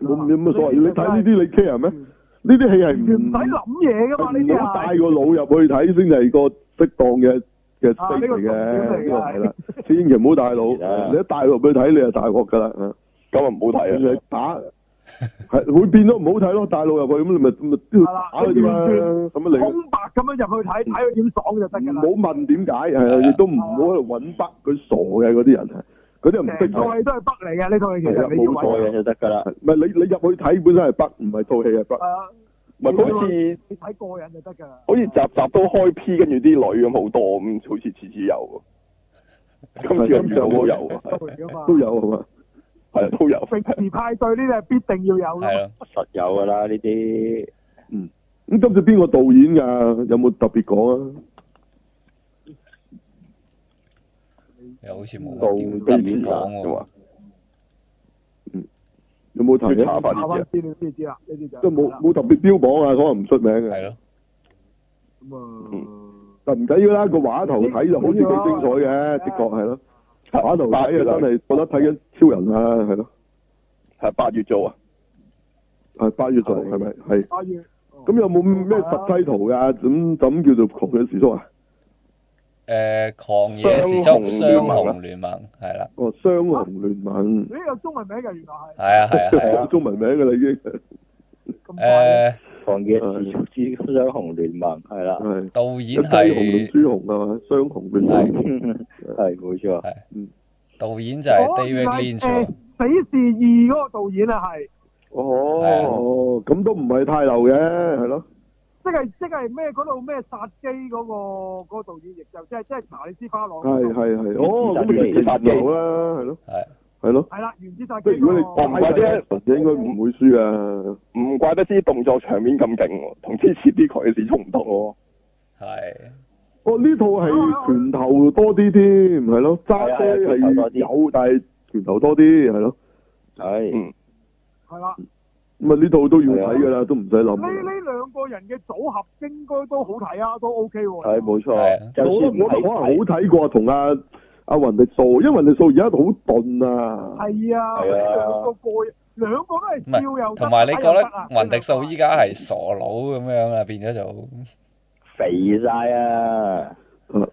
S1: 冇有乜所謂？你睇呢啲你 care 咩？呢啲戲係
S5: 完
S1: 唔
S5: 全唔使諗嘢噶嘛，呢啲啊
S1: 唔好帶
S5: 係
S1: 個腦入去睇先係個適當嘅嘅
S5: 啊
S1: stage
S5: 呢個
S1: 嚟嘅，呢個係
S5: 重點嚟㗎
S1: 啦，千祈唔好帶
S3: 係啦
S1: 腦。你一帶入去睇你就大鑊㗎啦，啊
S4: 咁啊唔好
S1: 你
S4: 睇
S1: 就
S4: 啊！
S1: 打係會變咗唔好睇咯，帶腦入去咁你咪咪都要打佢啫嘛，咁樣你。嗯
S5: 空白咁樣入去睇，睇佢點爽就得㗎
S1: 唔
S5: 啦。
S1: 好問點解，係啊，亦都唔好喺度揾筆，佢傻嘅嗰啲人係，嗰啲人唔啊識
S5: 成
S1: 睇
S5: 套戲都係北嚟嘅呢套戲，其實你要
S3: 過
S5: 揾
S3: 癮就得㗎啦，
S1: 唔係你你入去睇本身係筆，唔係套戲係筆。
S5: 啊，
S4: 唔係佢好似
S5: 你睇過癮就得㗎啦。
S4: 好似集集都開 P，跟住啲女咁好多咁，好似次次有喎。今次我遇到都有喎，
S5: 都會㗎嘛
S1: 都有係嘛？
S4: 係啊都有。
S5: 平時派對呢啲係必定要有
S2: 係啊
S5: 㗎嘛。
S2: 咯，
S3: 實有㗎啦呢啲。
S1: 咁今次邊個導演㗎？有冇特別講啊？
S2: 又好似冇
S4: 到
S2: 乜點特別講
S4: 啫
S2: 喎
S4: 嘛，，
S1: 有冇提
S4: 要查
S1: 啊？
S4: 翻
S5: 查翻
S4: 啲
S5: 資料先知啦，呢啲就
S1: 即係冇冇特別標榜啊，可能唔出名
S2: 係
S1: 嘅。
S2: 咯，
S5: 咁啊。
S1: 但唔緊要啦，個畫頭睇就好似幾精彩嘅，的確係咯。畫頭睇啊，真係覺得睇緊超人啊，係咯。
S4: 係八月做啊，
S1: 係八月做係咪？係。
S5: 八月
S1: 咁有冇咩
S2: 啊
S1: 實梯圖㗎？咁咁叫做狂嘅時速啊？
S2: 誒狂野時速雙雄聯盟係啦，
S1: 哦，雙雄聯盟。
S5: 呢個中文名嘅原來係
S2: 係啊係啊係啊，
S1: 有中文名㗎啦已經。
S5: 咁快，
S2: 誒
S3: 狂野時速之雙雄聯盟係啦，
S1: 係。
S2: 導
S1: 有
S2: 演
S1: 雞紅同
S2: 係
S1: 朱紅係嘛？雙雄聯盟。
S3: 係冇錯，
S2: 導演就係
S5: 哦
S2: David
S5: 原來誒
S2: Lynch
S5: 死侍二嗰個導演啊，係
S2: 係啊
S4: 哦，
S1: 哦，咁都唔係太流嘅，係咯。
S5: 即係即係咩嗰度咩殺機嗰個嗰個導演，亦就即係即係查理斯花朗嗰
S1: 係
S5: 個。
S1: 係係。哦，咁你其實唔流啦，係咯，
S2: 係
S1: 係咯。哦
S5: 係啦，原子殺機
S1: 即係如果你
S5: 嗰個
S4: 唔怪啫
S1: 你應該唔會輸啊。
S4: 唔怪得啲動作場面咁勁喎，同之前啲佢嘅事衝唔同喎。
S2: 係
S1: 哦，呢套係拳頭多啲添，係咯，揸車
S3: 係
S1: 係
S3: 啊拳頭多啲
S1: 有，但係拳頭多啲，係咯。
S3: 係
S4: 嗯，
S5: 係啦，
S1: 咁啊，呢套都要睇㗎啦，都唔使諗
S5: 呢
S1: 㗎啦。
S5: 呢兩個人嘅組合應該都好睇啊，都 OK 喎。
S3: 係冇
S2: 係啊
S3: 錯，就
S1: 我覺得
S3: 算唔
S1: 我覺得可能好
S3: 係
S1: 睇過同阿阿雲迪素，因為雲迪素而家好鈍啊。
S5: 係啊，
S3: 係啊
S5: 兩個過癮，兩個都
S2: 唔
S5: 係照又
S2: 係
S5: 得
S2: 同埋你覺得雲迪素依
S5: 依
S2: 家係傻佬咁樣啦，變咗做
S3: 肥晒啊！
S1: 啊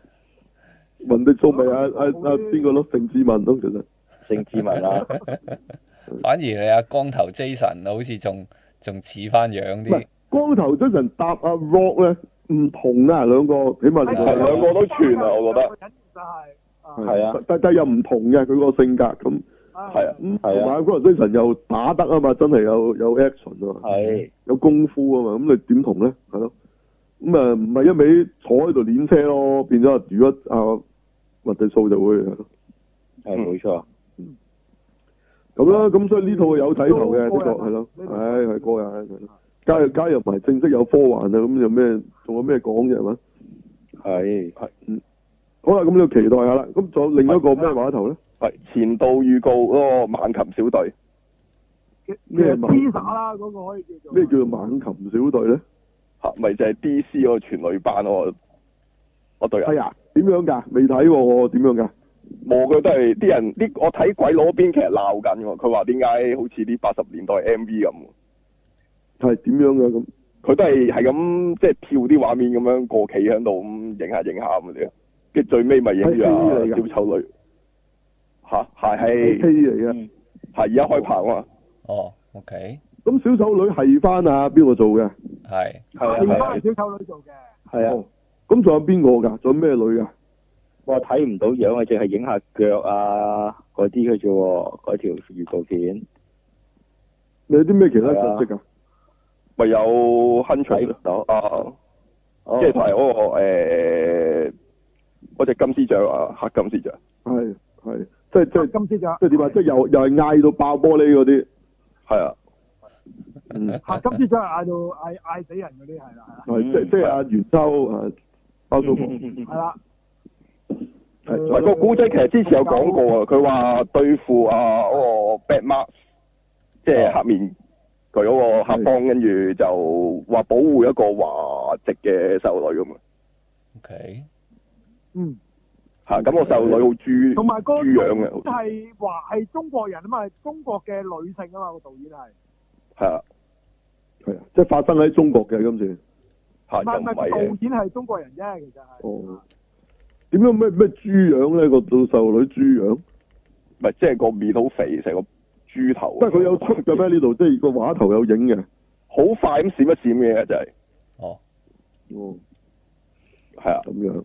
S1: 雲迪素咪阿阿阿邊個咯？鄭志文咯，其實
S2: [LAUGHS]
S3: 盛志文啊，
S2: 反而你阿光頭 Jason 好似仲仲似翻樣
S1: 唔係
S2: 啲，
S1: 光頭真人搭阿 Rock 咧，唔同啊兩個，起
S5: 哎
S1: 碼
S4: 係兩個都串啊我覺得
S3: 係係啊，
S1: 但但又唔同嘅佢個性格咁，
S5: 哎
S4: 係啊
S1: 咁
S3: 係啊
S1: 同埋光頭真人又打得啊嘛，真係有有 action 啊嘛，
S3: 係
S1: 有功夫啊嘛，咁你點同咧？係咯，咁啊唔係一味坐喺度練車咯，變咗如果啊核地數就會係咯
S3: 係冇錯，
S1: 咁啦，咁所以呢套有睇頭嘅，的確係咯，唉係過癮係咯，加入加入埋正式有科幻啊，咁有咩仲有咩講嘅係嘛？
S3: 係
S1: 好啦，咁你要期待下啦。咁仲有另一個咩話頭咧？
S4: 係前度預告嗰個猛禽小隊，
S3: 嗯
S1: 咩叫做猛禽小隊咧？
S4: 嚇咪就係 DC 嗰個全女班咯，我隊友。
S1: 係啊，點樣㗎？未睇喎，我點樣㗎？
S4: 冇佢都係啲人啲，我睇鬼佬嗰邊其實鬧緊喎。佢話點解好似啲八十年代 M V 咁，
S1: 係啊點樣㗎咁？
S4: 佢都係係咁即係跳啲畫面咁樣過企喺度咁影下影下咁嘅，跟住最尾咪影住
S1: 係 MV 嚟
S4: 阿
S1: 㗎
S4: 小丑女，嚇係
S1: 係
S4: 係
S1: K 嚟嘅。
S4: 係而家開棚啊嘛，
S2: 哦，OK，
S1: 咁小丑女係翻啊邊個做嘅？
S2: 係
S4: 係啊係啊，
S3: 係啊
S1: 哦，咁仲有邊個㗎？仲有咩女㗎？
S3: 我睇唔到樣啊，淨係影下腳啊嗰啲嘅啫喎，嗰條預告片
S1: 你有啲咩其他
S3: 係啊
S1: 角色㗎？
S4: 咪有 Hunter
S3: 睇唔到
S4: 啊，
S3: 哦
S4: 即係同埋嗰個誒嗰只金絲雀啊，黑金絲雀
S1: 係係，即係即係即係點啊？即係又又係嗌到爆玻璃嗰啲。
S4: 係啊，
S1: 嗯，
S5: 啊
S4: [LAUGHS]
S1: 係即
S3: 嗯
S1: 即係阿元秋啊，包租婆。哦
S4: 唔係個古仔其實之前有講過啊，佢話對付啊嗰個 Bad Mark，即係黑面佢嗰個黑幫，跟住就話保護一個華籍嘅細路女咁啊。
S2: OK，
S5: 嗯
S4: 嚇！咁個細路女好豬豬樣啊嘅，
S5: 啊
S4: 係啊
S1: 係啊，即係發生喺中國嘅今次。
S4: 嚇啊就唔係嘅，
S1: 哦，點樣咩咩豬樣咧？個老細路女豬樣。
S4: 唔係即係個面好肥，成個豬頭。
S1: 即係佢有出嘅咩？呢度即係個畫頭有影嘅。
S4: 好快咁閃一閃嘅就係
S2: 哦，
S1: 哦，
S4: 係啊。
S1: 咁樣。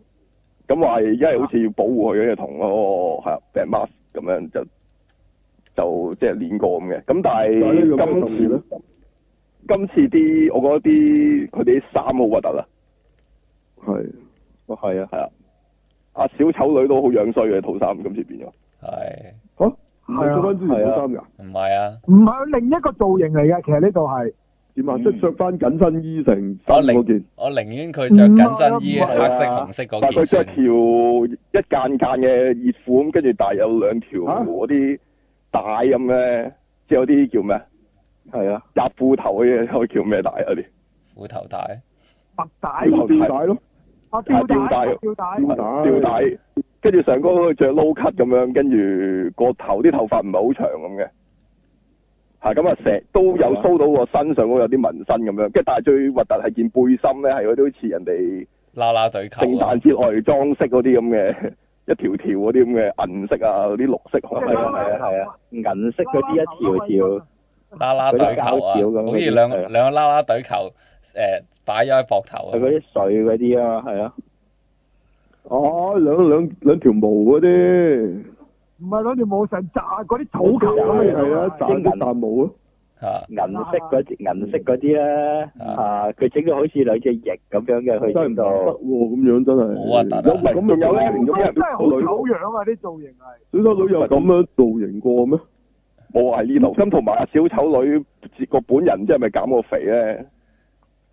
S4: 咁話而家係好似要保護佢嘅同嗰個係啊 Bad Mark 咁樣就就即係練過咁嘅。咁但
S1: 但係呢個咩
S4: 係今
S1: 咧
S4: 次？今次啲，我覺得啲佢哋啲衫好核突啊！
S1: 係
S3: 哦係啊，
S4: 係啊，阿小丑女都好樣衰嘅套衫，今次變咗。
S2: 係
S1: 嚇，唔係
S5: 係啊
S1: 着翻之前嗰衫㗎？
S2: 唔係啊？
S1: 點啊？
S3: 嗯
S1: 即係着翻緊身衣成身
S2: 我寧
S1: 嗰件。
S2: 我寧願佢着緊身衣，
S5: 唔係啊
S2: 黑色、紅色
S4: 但
S2: 嗰
S4: 係佢着
S2: 件
S4: 條
S2: 先。
S4: 一間間嘅熱褲咁，跟住但係有兩條
S1: 嚇
S4: 嗰啲帶咁咧，即係有啲叫咩啊？
S3: 係啊，
S4: 夾褲頭嗰啲，嗰啲叫咩帶啊？嗰啲
S2: 虎頭帶，
S1: 吊帶咯，
S5: 啊
S1: 吊帶。
S4: 啊吊帶，跟住上高佢着 low cut 咁樣，跟住個頭啲頭髮唔係好長咁嘅，係咁啊，成都有 show 到個身上嗰個有啲紋身咁樣，跟住但係最核突係件背心咧，係嗰啲好似人哋
S2: 啦啦隊球
S4: 聖
S2: 啊
S4: 誕！節外裝飾嗰啲咁嘅，一條條嗰啲咁嘅銀色啊，嗰啲綠色可能
S3: 係啊
S4: 係啊
S3: 係啊係啊，銀色嗰啲一
S5: 哦
S3: 條條，
S2: 啦啦隊球啊
S3: 嗰啲膠條咁，
S2: 好似
S3: 嗰啲
S2: 兩
S3: 係啊
S2: 兩個啦啦隊球誒擺咗喺膊頭
S3: 係嗰
S2: 啊，
S3: 啲水嗰啲啊嘛，係啊，
S1: 哦，兩兩兩條毛嗰啲。係係啊，紮
S3: 即係
S1: 啲蛋毛咯。
S2: 嚇
S3: 銀色嗰啲銀色嗰啲咧，啊佢整到好似兩隻翼咁樣嘅，
S1: 真係
S3: 佢整
S1: 唔
S3: 到
S1: 得喎，咁樣真係。
S2: 好核突啊
S1: 有咁
S4: 仲有呢
S1: 咁有
S5: 啊
S1: 小丑女有咁樣造型過咩？
S4: 冇啊喺呢度。咁同埋阿小丑女個本人唔知係咪減過肥咧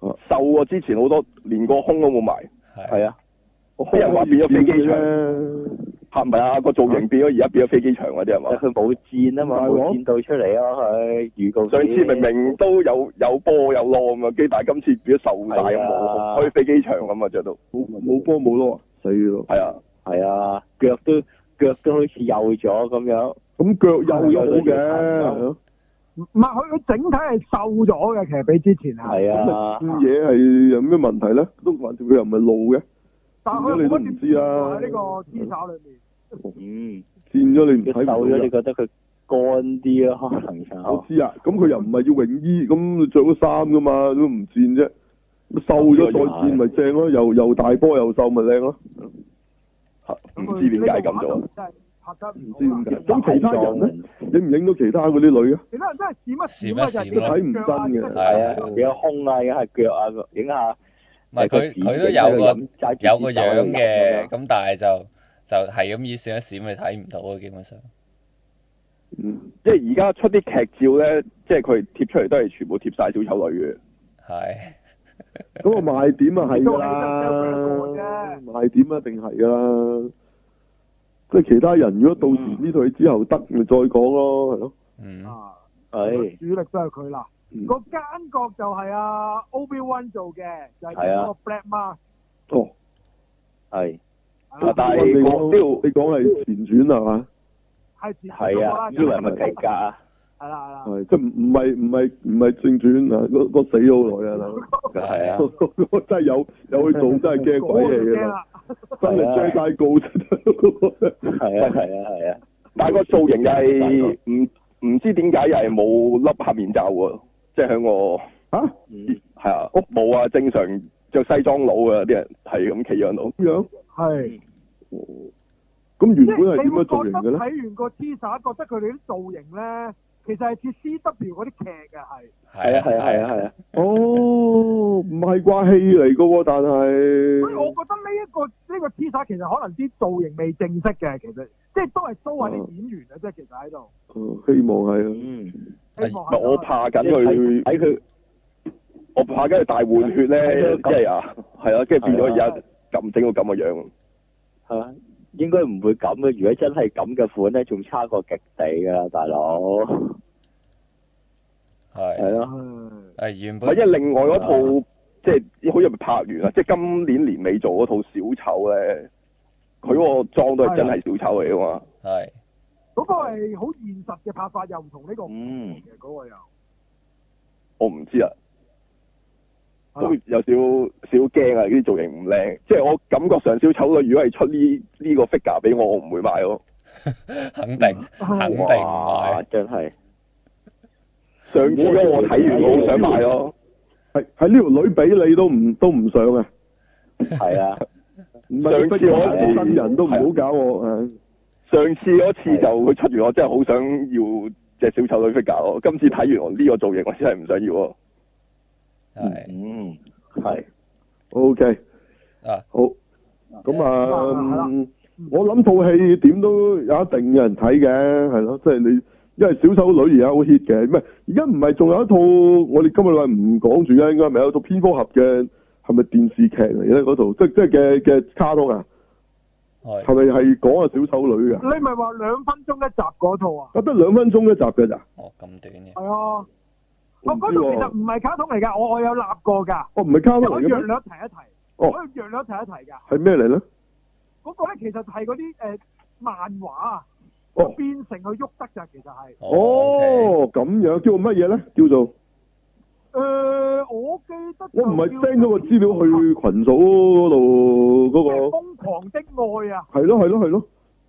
S1: 啊，
S4: 瘦過之前好多，連個胸都冇埋。
S3: 係啊，
S1: 啲
S4: 啲人話變咗飛機
S1: 咧。
S4: 嚇唔係啊，個造型變咗，而家變咗飛機場嗰啲係
S3: [LAUGHS]
S4: 嘛？
S3: 佢冇箭啊嘛，冇箭到出嚟啊嘛，佢預告
S4: 上次明明都有有波有浪咁啊，跟住但係今次變咗瘦大
S3: 係啊
S4: 冇開飛機場咁啊，着到
S1: 冇冇波冇咯，死咯！
S4: 係啊，
S3: 係啊，腳都腳都好似幼咗咁樣，
S1: 咁腳又有
S3: 係有
S1: 嘅，
S3: 有
S1: 係
S3: 係
S1: 啊
S3: 啊
S1: 咁，咪嘢係有咩問題咧？都還掂佢又唔係露嘅，
S3: 嗯，
S1: 啊賤咗你唔
S3: 佢
S1: 睇
S3: 嗯瘦咗，你
S1: 唔
S3: 覺得佢乾啲咯，可能
S1: 我
S3: 就
S1: 知啊，咁佢又唔係要泳衣，咁着咗衫噶嘛，都唔賤啫。咁瘦咗再賤咪正咯，又又大波又瘦咪靚咯。
S4: 唔知點解咁
S3: 啊
S4: 做。
S5: 真係拍得
S1: 啊唔
S5: 唔好
S1: 知點
S5: 啊
S1: 解。咁其他人咧，影唔影到其他嗰啲女啊？
S5: 其他人真係閃一閃啊，就
S2: 閃一
S1: 都
S2: 閃啊
S1: 睇唔真
S5: 係
S1: 嘅。
S3: 係
S2: 係
S3: 啊，
S2: 啊，
S3: 影下胸啊，影下腳啊，影下
S2: 唔係佢佢都有個有個樣嘅，咁但係就就係咁意閃一閃，你睇唔到啊，基本上。
S1: 嗯
S4: 即係而家出啲劇照咧，即係佢貼出嚟都係全部貼晒小丑女嘅。
S2: 係
S1: 嗰個賣點啊係㗎
S5: 都係得
S1: 啦
S5: 兩，
S1: 賣點一定係㗎啦。即係其他人如果到時呢套戲之後得，咪再講咯，係咯。
S2: 嗯，
S5: 啊，
S3: 係
S5: 主力都係佢啦。
S1: 嗯
S5: 個奸角就係阿 Obi Wan 做嘅，就係
S3: 係啊
S5: 嗰個 Black Mask。
S1: 哦，
S3: 係
S5: 啊
S4: 但係
S1: 你
S4: 我
S1: 講你講係前傳係嘛？
S5: 係前
S3: 係啊，
S5: 呢
S3: 呢個咪計價啊，
S5: 係啦係啦。
S1: 係即係唔唔係唔係唔係正傳啊！嗰嗰死好耐啊！大佬
S3: 係啊，
S1: 我 [LAUGHS] 真係有有去做，真係驚鬼
S5: 我就
S1: 嚟
S5: 驚
S1: 㗎啦！
S5: [LAUGHS] 啦，
S1: 真係追晒告真係
S3: 係啊，
S1: [LAUGHS]
S3: 係啊，係啊，
S4: 但係個造型又係唔唔知點解又係冇笠黑面罩喎，即係喺我
S1: 嚇
S3: 嗯，
S4: 係啊屋冇啊，正常着西裝佬啊啲人係咁企樣度。
S1: 咁樣，
S5: 係。
S1: 咁
S5: 即
S1: 原本係
S5: 係你
S1: 點
S5: 會
S1: 樣造型
S5: 覺得
S1: 嘅咧？
S5: 睇完個 teaser，覺得佢哋啲造型咧，其實係似 CW 嗰啲劇嘅係。
S3: 係啊，係啊，係啊，係啊，
S1: 哦，唔係掛戲嚟嘅喎，但
S5: 所以我
S1: 係
S5: 覺得呢、一個呢、個 teaser 其實可能啲造型未正式嘅，其實即係都係 show 下啲演員嘅啫，其實喺度。
S1: 哦希望係啊，
S3: 嗯，
S2: 係
S5: 希望
S4: 唔係我
S1: 啊
S4: 怕緊佢
S3: 睇佢
S4: 我怕緊佢大換血咧，即係啊，係啊，跟住變咗而家咁整到咁嘅樣。
S3: 係啊，應該唔會咁嘅。如果真係咁嘅款咧，仲差過極地㗎啦，大佬，係
S2: 係。
S3: 咯，
S5: 嗯
S2: 係原
S4: 唔係，
S2: 本
S4: 因為另外嗰套
S3: 啊
S4: 即係好似咪拍完啊啦，即係今年年尾做嗰套小丑咧，佢嗰個裝都係真啊係小丑嚟噶嘛。
S2: 係
S5: 嗰個係好現實嘅拍法，又唔同呢個唔
S3: 嗯
S5: 同。嘅嗰個又。
S4: 我唔知啊，
S5: 啊
S4: 都有少少驚啊！呢啲造型唔靚，即係我感覺上小丑女如果係出呢呢個 figure 俾我，我唔會買咯。
S2: 肯定肯定唔
S3: 哇
S2: 係，
S3: 真係
S4: 上次嗰我睇完我好想買咯，
S1: 係係呢條女俾你都唔都唔上啊！
S3: 係啊，
S1: 唔係你
S4: 上
S1: 逼
S4: 次我
S1: 我真人都唔好搞我誒，
S4: 上次嗰次就佢出完我真係好想要隻小丑女 figure 咯，今次睇完我呢個造型我真係唔想要咯。
S2: 係
S3: 嗯，係
S1: O K，
S2: 啊
S1: 好，咁啊，
S5: 咁啊係
S1: 嗯我諗套戲點都有一定有人睇嘅，係咯，即係你，因為小丑女而家好 hit 嘅，唔係而家唔係仲有一套，我哋今日唔講住啦，應該係咪有套蝙蝠俠嘅，係咪電視劇嚟咧？嗰套即即係嘅嘅卡通啊，係
S2: 係
S1: 咪係講啊小丑女嘅？
S5: 你咪話兩分鐘一集嗰套啊？
S1: 得得兩分鐘一集嘅咋？
S2: 哦咁短嘅，
S5: 係啊，
S1: 我
S5: 我
S1: 唔
S5: 嗰
S1: 知
S5: 套其實
S1: 喎，
S5: 唔係卡通嚟㗎，我我有立過㗎，
S1: 哦唔係卡
S5: 即
S1: 通
S5: 係我
S1: 嚟嘅
S5: 略
S1: 咩？
S5: 略提一提，
S1: 哦
S5: 我略略提一提㗎。
S1: 係咩嚟咧？
S5: 嗰個咧其實係嗰啲誒漫畫啊，
S1: 哦
S5: 變成佢喐得㗎，其實係。
S2: ，OK，
S1: 哦咁樣叫做乜嘢咧？叫做
S5: 誒，呃我記得
S1: 我唔係
S5: 就叫
S1: send 咗個資料去群組嗰度嗰個。
S5: 瘋狂的愛啊！
S1: 係咯係咯係咯，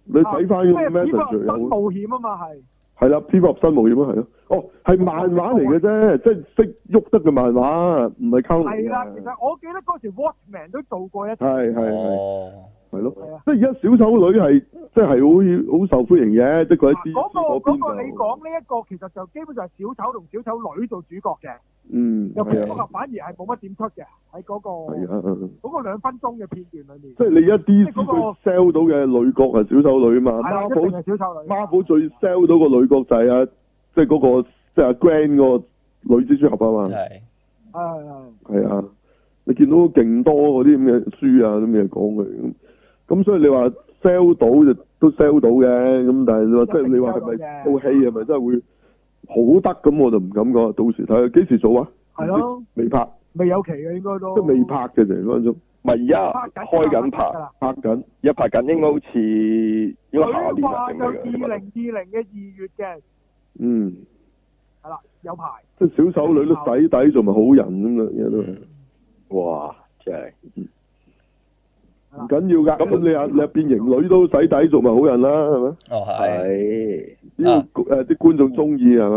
S1: 你睇翻嗰
S5: 咩
S1: 個
S5: 蝙
S1: message
S5: 蝠俠新
S1: 有
S5: 冒險啊嘛係，
S1: 係啦，蝙蝠俠新冒險啊係咯，哦係漫畫嚟嘅啫，即係識喐得嘅漫畫，唔係溝
S5: 係啦，其實我記得嗰時 Watchman 都做過一集，
S1: 係係係
S2: 哦，
S1: 係咯
S5: 係啊，
S1: 即係而家小丑女係即係好好受歡迎嘅，即係佢喺 DC
S5: 啊嗰個嗰個你
S1: 邊就
S5: 講呢一個其實就基本上係小丑同小丑女做主角嘅，
S1: 嗯
S5: 又蝙
S1: 係
S5: 蝠
S1: 啊
S5: 俠反而係冇乜點出嘅喺
S1: 係
S5: 嗰個
S1: 啊，
S5: 嗰個兩分鐘嘅片段裏面
S1: 即，係你而家
S5: 即
S1: DC
S5: 係嗰
S1: 佢 sell 到嘅女角係小丑女啊嘛
S5: 係啦，一定
S1: ，Marvel
S5: 係小丑女。
S1: Marvel 最 sell 到個女角就係啊，即係嗰個即係阿 Grand 個女蜘蛛俠啊嘛。
S2: 係
S5: 係係
S1: 係啊，你見到勁多嗰啲咁嘅書啊，咁嘅講佢咁，咁所以你話 sell 到就都 sell 到嘅，咁但係你話即係你話係咪套戲係咪真係會好得咁，我就唔敢講。到時睇下幾時做啊？
S5: 係咯，
S1: 未拍，
S5: 未有期嘅應該都
S1: 即係未拍嘅成分鐘
S4: 咪而家開緊拍
S5: 㗎。啦。
S1: 拍緊。
S4: 一拍緊應該好似應該下
S5: 佢
S4: 年啊
S5: 話
S4: 定
S5: 就
S4: 咩
S5: 二零二
S4: 嘅？
S5: 零嘅二月嘅，
S1: 嗯，
S5: 係啦，有排。
S1: 即係小丑女都洗底，仲咪好人咁樣嘢都係。
S3: 哇，真係
S1: 唔緊要㗎。咁你啊你啊變型女都洗底做咪好人啦，啊係咪？
S2: 哦係。
S3: 係
S1: 只要
S2: 啊
S1: 誒啲觀眾中意係咪？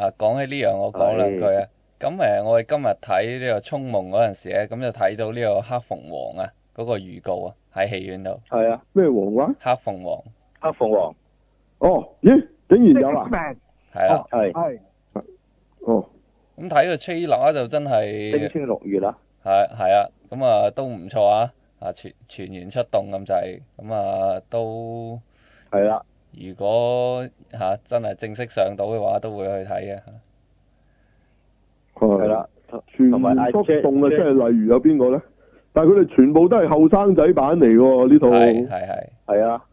S2: 啊，講起呢樣，我講兩句啊。咁誒，我哋今日睇呢個《衝夢》嗰陣時咧，咁就睇到呢個《黑鳳凰》啊，嗰個預告啊，喺戲院度，《
S3: 係啊，
S1: 咩王話？
S2: 黑鳳凰
S3: 黑鳳凰
S1: 哦，咦，竟然有啊！
S5: X-Men，》
S2: 係啦。
S3: 係
S5: 係
S1: 哦，
S2: 咁睇個 trailer 啊就真
S3: 冰
S2: 係
S3: 清六月啦，
S2: 係係啊，咁啊都唔錯啊，啊全全員出動咁滯，咁啊都
S3: 係啦，
S2: 如果嚇、啊真係正式上到嘅話，都會去睇嘅嚇。
S3: 係
S1: 係。
S3: 啦，
S1: 全員
S3: 同埋阿
S1: 觸動啊！
S3: Jack-
S1: 即係例如有邊個咧？但係佢哋全部都係後生仔版嚟喎，呢
S2: 係
S1: 套
S2: 係係
S3: 係啊，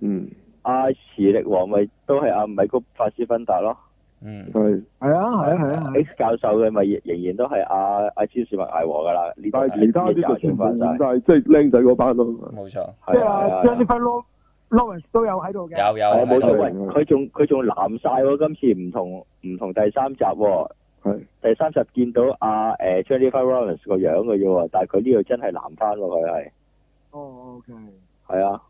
S1: 嗯
S3: 阿磁力王咪都係阿米谷法斯芬達咯
S2: 嗯
S1: 係，
S5: 係啊係啊係啊係啊，
S3: ，X 教授嘅咪仍然都係阿阿詹士麥艾和㗎啦，呢度
S1: 但係其他啲就全部換
S3: 係
S1: 晒，即係僆仔嗰班咯。
S2: 冇錯，
S5: 即係
S3: 啊
S5: 啊 Jennifer Law- Lawrence 都有喺度嘅。
S2: 有有
S3: 係啊冇
S2: 喺
S3: 錯，
S2: 度
S3: 喂，佢仲佢仲藍晒喎，今次唔同唔同第三集喎。
S1: 係
S3: 第三集見到阿誒 Jennifer Lawrence 個樣嘅啫喎，但係佢呢度真係藍翻喎，佢係
S5: 哦，OK，
S3: 係啊，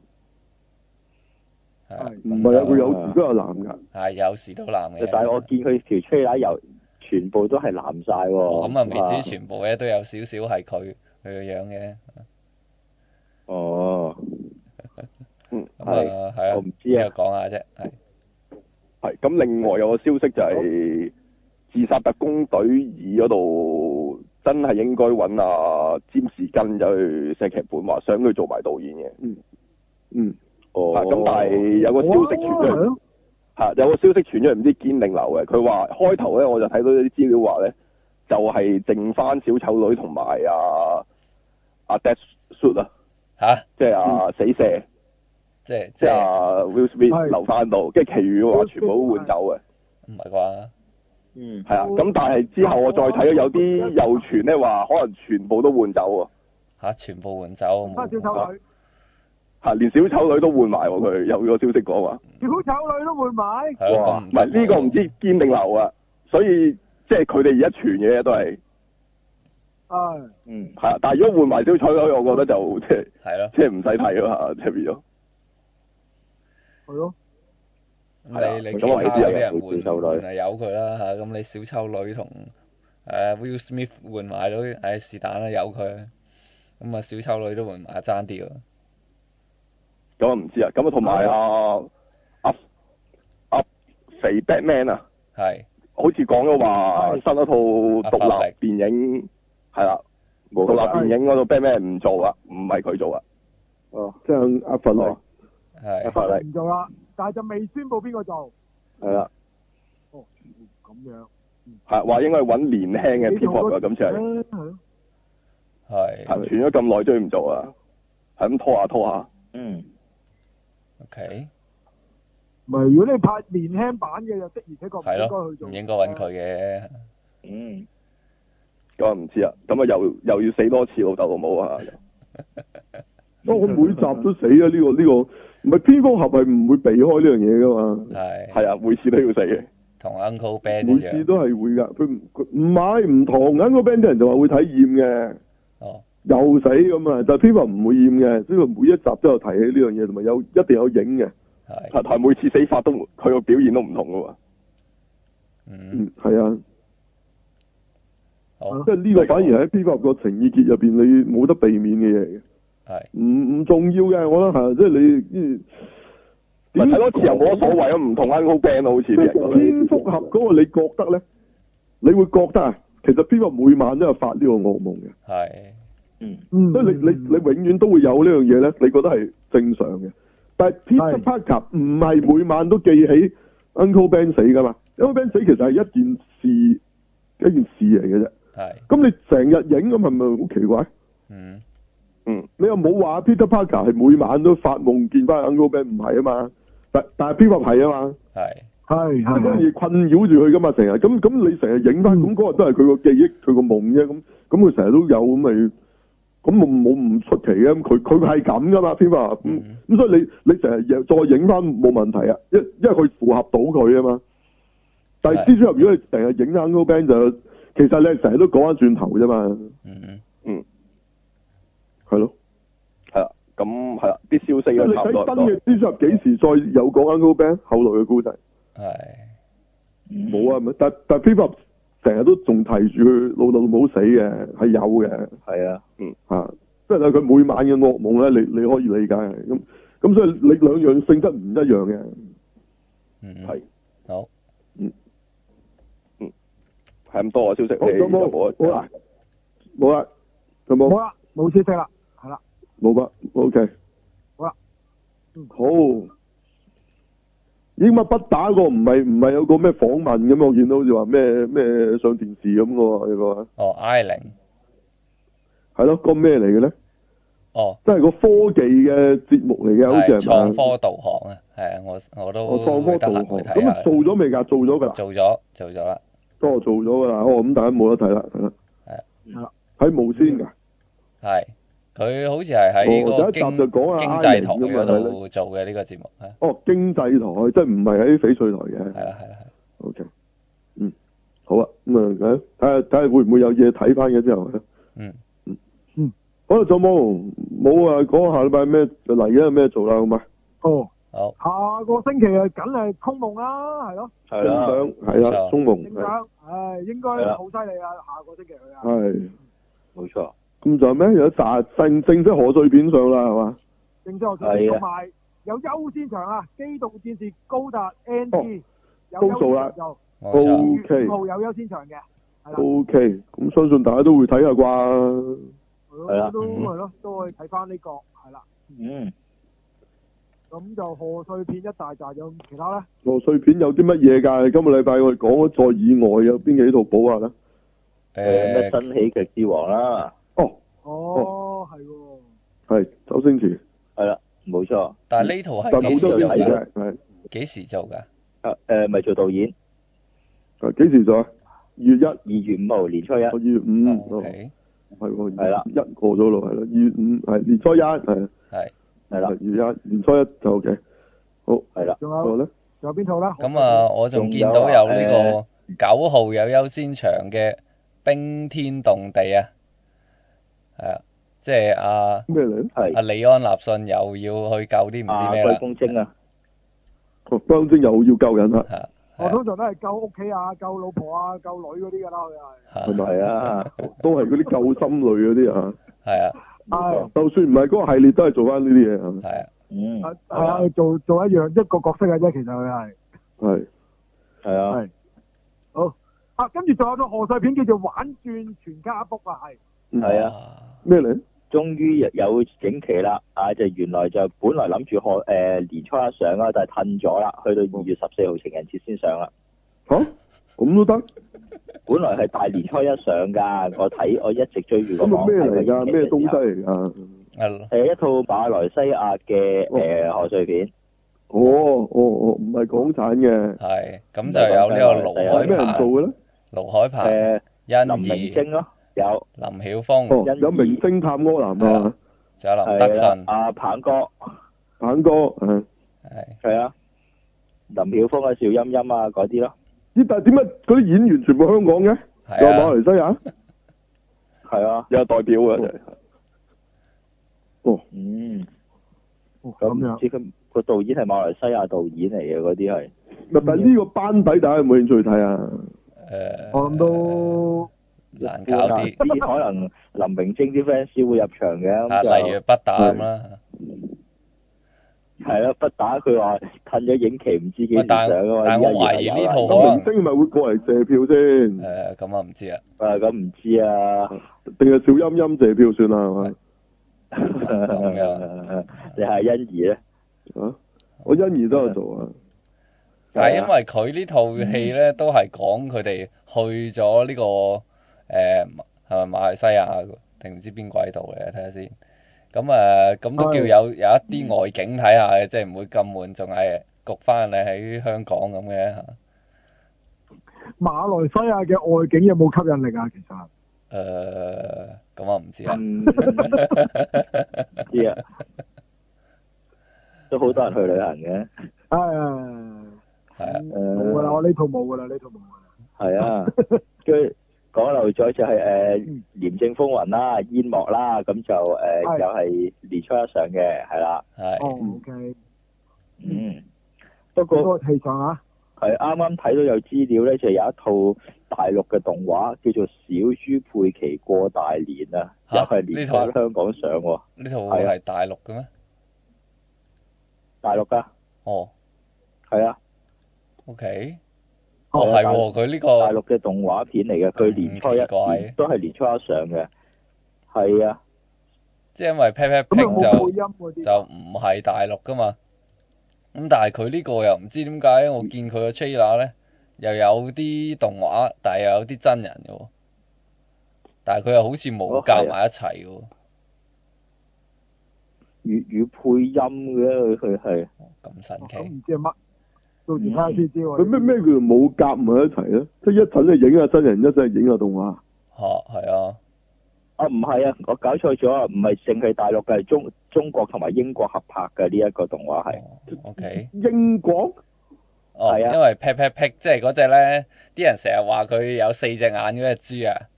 S2: 係
S1: 唔係啊？
S2: 啊咁
S1: 佢
S2: 就
S1: 有時都有男㗎。
S2: 係有時都男嘅。
S3: 但係我見佢條吹奶油全部都係藍晒
S2: 哦
S3: 喎。
S2: 咁啊，未知全部嘅都有少少係佢佢嘅樣嘅。
S3: 哦，
S4: 嗯
S2: 咁啊，係啊，
S3: 我唔知啊
S2: 呢個講下啫，係
S4: 係咁，另外有個消息就係、自殺特工隊二》嗰度真係應該揾阿詹士根就去寫劇本，話想佢做埋導演嘅。
S1: 嗯，
S3: 哦
S4: 啊，咁但係有個消息傳嗯出嚟，
S5: 哦
S4: 嚇、有個消息傳出嚟唔知堅定流嘅，佢話開頭咧我就睇到啲資料話咧，就係、剩翻小丑女同埋阿阿 Death Suit 啊，
S2: 吓，
S4: 即係阿死射，
S2: 即係即
S4: 即係
S2: 係
S4: 阿 Will Smith
S5: 係
S4: 留翻度，跟住其餘嘅話全部都換走嘅。
S2: 唔係啩？
S3: 嗯
S4: 係啊，咁但係之後我再睇到有啲右傳咧話，可能全部都換走喎，
S2: 吓，全部換走，
S5: 翻
S2: 冇
S5: 小丑女，
S4: 嚇連小丑女都換埋喎，佢有個消息講話，
S5: 小丑女都會買。
S2: 係咯，咁
S4: 唔係
S2: 得
S4: 呢個唔知堅定流啊，所以即係佢哋而家傳嘅嘢都係
S5: 係
S3: 嗯，
S4: 係啊，但係如果換埋小丑女，我覺得就 [LAUGHS] 即係
S2: 係咯。
S4: 即係唔使睇啦嚇，即係變咗
S5: 係咯，
S3: 係啊
S2: 咁你你
S3: 咁
S2: 其他
S3: 我哋
S2: 嗰
S3: 知有
S2: 啲人
S3: 人會小丑
S2: 換
S3: 女
S2: 換係由佢啦嚇，咁你小丑女同誒 Will Smith 換埋都誒是但啦，由佢。咁啊，小丑女都換埋爭啲喎。
S4: 咁啊唔知啊，咁啊同埋阿阿阿肥 Batman 啊，
S2: 係
S4: 好似講咗話新一套獨立電影係啦，
S3: 冇㗎
S4: 獨立
S3: 啦
S4: 電影嗰度 Batman 唔做啊，唔係佢做啊。
S3: 哦，
S1: 即係阿佛啊羅。
S2: 係
S3: 法例
S5: 唔做啦，但係就未宣佈邊個做。
S3: 係啦，
S5: 哦，咁樣。
S4: 啊係話應該揾年輕嘅 people 啊，咁就係
S5: 係咯。
S2: 係
S4: 係傳咗咁耐，追唔做啊，係咁拖下拖下，
S3: 嗯，
S2: OK，
S5: 唔係，如果你拍年輕版嘅，就的而且確唔
S2: 係咯
S5: 應該去，做。
S2: 唔應該揾佢嘅。
S3: 嗯，
S4: 咁啊唔知啊，咁啊又又要死多次老豆老母啊，
S1: 不過我每集都死啊！呢個呢個唔係蝙蝠俠係唔會避開呢樣嘢㗎嘛。
S2: 係
S4: 係啊，每次都要死嘅，
S2: 同 Uncle Ben 一
S1: 每次
S2: 樣。
S1: 都係會㗎，佢唔佢唔係唔同緊嗰 band 啲人就話會睇厭嘅，
S2: 哦，
S1: 又死咁啊！但係 People 唔會厭嘅，所以佢每一集都有提起呢樣嘢，同埋有一定有影嘅。
S2: 係。
S4: 但係每次死法都唔佢個表現都唔同噶嘛，
S2: 嗯，
S1: 嗯，係啊，
S2: 好
S1: 即係呢個反而喺 People 個情意結入邊，你冇得避免嘅嘢嚟嘅，
S2: 係
S1: 唔唔重要嘅，我覺得係即係你嗯
S4: 咪睇多次又冇乜所謂啊，唔同 Uncle Ben 啊，好似
S1: 即
S4: 啲人
S1: 係 [LAUGHS] 蝙
S4: 覺
S1: 蝠俠嗰個，你覺得咧？你會覺得啊，其實 People 每晚都有發呢個惡夢嘅。
S2: 係
S3: 嗯，
S5: 嗯。
S1: 所以你你你永遠都會有呢樣嘢咧，你覺得係正常嘅。但係 Peter
S5: 係
S1: Parker 唔係每晚都記起 Uncle Ben 死噶嘛？Uncle Ben 死其實係一件事，一件事嚟嘅啫。
S2: 係。
S1: 咁你成日影咁係咪好奇怪？
S2: 嗯
S4: 嗯，
S1: 你又冇話 Peter Parker 係每晚都發夢見翻 Uncle Ben 唔係啊嘛？但但係 Peter 係啊嘛，
S2: 係
S5: 係
S1: 即係嗰樣
S5: 係
S1: 嘢困擾住佢噶嘛，成日咁咁你成日影翻，咁嗰日都係佢個記憶，佢個夢啫，咁咁佢成日都有咁咪。咁冇冇唔出奇嘅，咁佢佢係咁噶嘛，蝙蝠俠咁
S2: 嗯
S1: 咁所以你你成日又再影翻冇問題啊，因因為佢符合到佢啊嘛。但係
S2: 係
S1: 蜘蛛俠如果你成日影 Uncle Ben 就，其
S2: Ừ.
S1: 實你係成日都講翻轉頭啫嘛，
S2: 嗯
S4: 嗯，
S1: 係咯，
S4: 咁係啦，啲消息
S1: 即係
S4: 都
S1: 你
S4: 差唔多
S1: 睇
S4: 咁
S1: 新
S4: 多
S1: 嘅。蜘蛛俠幾時再有個 Uncle Ben 後來嘅故仔？
S2: 係
S1: 冇啊，咪但但 p a p e 成日都仲提住佢老豆老母死嘅，係有嘅
S3: 係啊，
S1: 啊，即係佢每晚嘅噩夢咧，你你可以理解嘅咁咁，所以你兩樣性質唔一樣嘅。
S2: 嗯
S4: 係
S2: 好
S4: 係咁多啊消息，
S1: 好
S4: 你
S1: 有
S4: 有
S1: 冇
S4: 冇？
S1: 好
S2: 啊
S4: 啊
S1: 啊啦，冇啦，有
S5: 好啊
S1: 冇？
S5: 啦，冇消息啦，係啦，
S1: 冇吧？OK，
S5: 好啦嗯
S1: 好。英乜不打個唔係唔係有個咩訪問咁？我見到好似話咩咩上電視咁嘅喎，有個
S2: 哦 I 零
S1: 係咯，個咩嚟嘅咧？
S2: 哦
S1: 即係個科技嘅節目嚟嘅，好
S2: 係
S1: 似係
S2: 創
S1: 咪？
S2: 科導航啊，係啊，我我都
S1: 我創科
S2: 得
S1: 導
S2: 閒
S1: 航
S2: 去睇
S1: 咁啊
S2: 下，
S1: 做咗未㗎？做咗㗎啦，
S2: 做咗做咗啦，
S1: 都我做咗㗎啦。哦，咁大家冇得睇啦，係啦。
S5: 係啦，
S1: 喺無線㗎，
S2: 係佢好似係
S1: 哦
S2: 喺嗰個
S1: 第一集
S2: 經
S1: 就講啊
S2: 經
S1: I
S2: 濟
S1: 零
S2: 台
S1: 咁啊
S2: 嗰度做嘅呢個節目啊，
S1: 哦經濟台，即係唔係喺翡翠台嘅
S2: 係啦係啦係啦
S1: ？OK，嗯，好啊，咁啊睇下睇下會唔會有嘢睇翻嘅之後咧。
S2: 嗯
S1: 啊好啦，仲有冇冇啊？講下禮拜咩嚟嘅咩做啦，好嘛？
S5: 哦，
S2: 好
S5: 下個星期啊，梗係通夢啦，係咯，
S3: 係
S1: 正
S3: 啦，
S1: 想係啦，中
S2: 冇錯
S5: 正
S1: 夢係
S5: 想，唉，應該
S3: 係啦
S5: 好犀利啊，下個星期去啊，
S1: 係
S3: 冇錯，
S1: 咁仲有咩？有一扎正正式賀歲片上啦，係嘛？
S5: 正式我
S3: 係啊
S5: 同埋有優先場啊，《機動戰士高達 N
S1: 哦
S5: T》有
S1: 都做啦
S5: 優
S2: 冇
S5: 先場
S1: 好
S5: 就，
S2: 錯
S5: 五月
S1: OK
S5: 五號有優先場嘅，係啦。
S1: O K，咁相信大家都會睇下啩。
S5: 係
S3: 啦
S5: 咯，都
S2: 嗯
S5: 係咯，都可以睇翻呢個係啦。
S3: 嗯，
S5: 咁就賀歲片一大扎，有其他咧？
S1: 賀歲哦片有啲乜嘢㗎？今個禮拜我哋講咗再以外有邊幾套補下咧？
S3: 咩
S2: 誒
S3: 新喜劇之王啦，
S1: 哦，
S5: 哦，係喎，
S1: 係周星馳，
S3: 係啦，冇錯，
S2: 但係呢套
S1: 但
S2: 係
S1: 係
S2: 幾
S1: 冇
S2: 時
S1: 周
S2: 做
S1: 星
S3: 有
S1: 馳
S2: 㗎？
S3: 㗎
S1: 啫，係
S2: 幾時做㗎？
S3: 誒誒，咪做導演，
S1: 啊幾時做啊？二月一，
S3: 二月五號年初一，
S1: 我二月五，
S2: O
S1: 哦
S2: K
S1: 係喎，
S3: 係啦
S1: 二月一過咗咯，係啦，二月五係年初一，係
S2: 係
S3: 係啦
S1: 二，月一年初一就 OK。好，
S3: 係啦，
S5: 仲
S1: 仲有
S5: 有
S1: 咧，
S5: 仲有邊套咧？
S2: 咁啊，我仲見到有呢個九號有優先場嘅冰天動地啊，係啊，即係阿
S1: 咩嚟咧？
S3: 係
S2: 阿李安納信又要去救啲唔知
S3: 啊，
S2: 咩
S3: 貴
S2: 啦，
S3: 公精啊，
S1: 哦，包青又要救人啊啦，
S2: 嚇
S5: 我通常都係救屋企啊、救老婆啊、救女嗰啲㗎啦，佢係。
S2: 嚇
S1: 係咪
S3: 係啊，
S1: 都係嗰啲救心類嗰啲啊。
S2: 係啊
S5: 係
S1: 就算唔係嗰個系列，都係做翻呢啲嘢啊。
S2: 係啊，
S3: 嗯，
S5: 係
S3: 係
S5: 啊，
S3: 啊，
S5: 做做一樣一個角色嘅啫，其實佢係。
S1: 係
S3: 係啊，
S5: 好啊，跟住仲有套賀歲片叫做《玩轉全家福》啊，係。
S3: 係啊。
S2: 啊，
S1: 咩嚟？
S3: 終於有整期啦！啊，就原來就本來諗住學誒年初一上啦，但係褪咗啦，去到二月十四號情人節先上啦。
S1: 吓咁都得？
S3: 本來係大年初一上㗎，我睇我一直追住個
S1: 咁啊
S3: 網
S1: 咩
S3: 睇
S1: 嚟㗎？
S3: 佢
S1: 咩東
S3: 嘅時候
S1: 西嚟㗎？
S2: 啊
S3: 誒一套馬來西亞嘅誒賀歲片，
S1: 哦哦哦，唔係港產嘅，
S2: 係，咁就有呢個盧
S1: 係
S2: 海
S1: 咩人
S2: 鵬、
S1: 做嘅咧？
S2: 盧海鵬、
S3: 誒林
S2: 欣
S3: 明
S2: 怡、
S3: 晶咯，有
S2: 林曉峰，
S1: 哦
S2: 仲，
S1: 有明星探柯南啊，
S2: 有林德
S3: 係啦
S2: 信，
S3: 阿棒哥
S1: 鵬哥，嗯係
S2: 係
S3: 係啊，林曉峰啊、邵音音啊嗰啲咯，
S1: 咦？但係點解嗰啲演員全部香港嘅？有馬
S2: 係啊，
S1: 來西亞？
S3: 係啊，
S4: 有代表嘅，
S1: 哦，
S3: 嗯，
S5: 哦
S3: 咁
S5: 咁樣。
S3: 知佢個導演係馬來西亞導演嚟嘅嗰啲係。
S2: 嗯
S1: 嗱，但係呢個班底大家有冇興趣睇啊？
S2: 誒
S5: 我諗都
S2: 難搞啲，
S3: 啲可能林明晶啲 fans 會入場嘅，
S2: 啊，
S3: 咁
S2: 例如
S3: 就
S2: 北打咁啦。
S3: 係啦，不打佢話褪咗影期，唔知幾時
S2: 喂但
S3: 上啊嘛。
S2: 但我
S3: 而家
S2: 懷疑
S3: 二月
S2: 呢
S3: 有啦
S2: 套
S1: 咁
S2: 可能
S1: 明星咪會過嚟借票先，
S2: 誒咁啊唔知啊，
S3: 啊咁唔知啊，
S1: 定係邵音音借票算啦，係嘛？
S2: 咁
S3: [LAUGHS]
S2: 樣
S3: 你係欣怡咧，
S1: 啊，我欣怡都有做啊，
S2: 但係因為佢呢套戲咧都係講佢哋去咗呢個誒係咪馬來西亞定唔知邊鬼度嘅，睇下先。咁誒咁都叫有有一啲外景睇下嘅，即係唔會咁悶，仲係焗翻你喺香港咁嘅嚇。
S5: 馬來西亞嘅外景有冇吸引力啊？其實。
S2: 誒咁啊唔知啦，
S3: 嗯知啊，都好多人去旅行嘅，
S5: 唉，
S2: 係啊呃啊
S5: 冇㗎啦，我呢套冇㗎啦，呢套冇㗎啦。
S3: 係啊，跟講漏咗就係誒
S5: 嗯
S3: 廉政風雲啦、煙幕啦，咁就誒、呃
S5: 係
S3: 又係年初一上嘅，係啦。
S5: 哦
S2: 係
S5: ，OK，
S3: 嗯，不過
S5: 嗰個戲上啊，
S3: 係啱啱睇到有資料咧，就有一套大陸嘅動畫叫做《小豬佩奇過大年》啊，
S2: 嚇
S3: 又係年初
S2: 呢
S3: 一
S2: 套
S3: 香港上喎，
S2: 呢套
S3: 係啊
S2: 係大陸嘅咩？
S3: 大陸噶，
S2: 哦
S3: 係啊，
S2: ，OK，
S3: 哦
S2: 哦
S3: 係啊
S2: 係喎，佢呢
S3: 大
S2: 個
S3: 陸嘅動畫片嚟嘅，佢
S2: 嗯
S3: 年初
S2: 奇怪
S3: 一年都係年初一上嘅，係啊，
S2: 即係因為 Pat Pat
S5: 咁又
S2: Pink
S5: 冇配
S2: 就
S5: 音嗰啲，
S2: 就唔係大陸噶嘛。咁但係佢呢個又唔知點解咧，我見佢個 trailer 咧又有啲動畫，但係又有啲真人嘅喎。但係佢又好似
S3: 哦
S2: 冇
S3: 係啊
S2: 夾埋一齊嘅喎。
S3: 粵語配音嘅佢係
S2: 咁神
S5: 哦咁
S2: 奇，
S5: 唔知係乜，到時睇下先知喎。
S2: 啊
S1: 佢咩咩叫做冇夾埋一齊咧？即係一陣就影下真人，一陣就影下動畫。
S2: 嚇係啊，
S3: 啊唔係啊，我搞錯咗啊，唔係淨係大陸嘅，係中中國同埋英國合拍嘅呢一個動畫係，
S2: O K，
S1: 英國
S2: 啊哦，
S3: 係啊
S2: 因為 Pat Pat Pat 即係嗰只咧，啲人成日話佢有四隻眼嗰只豬啊，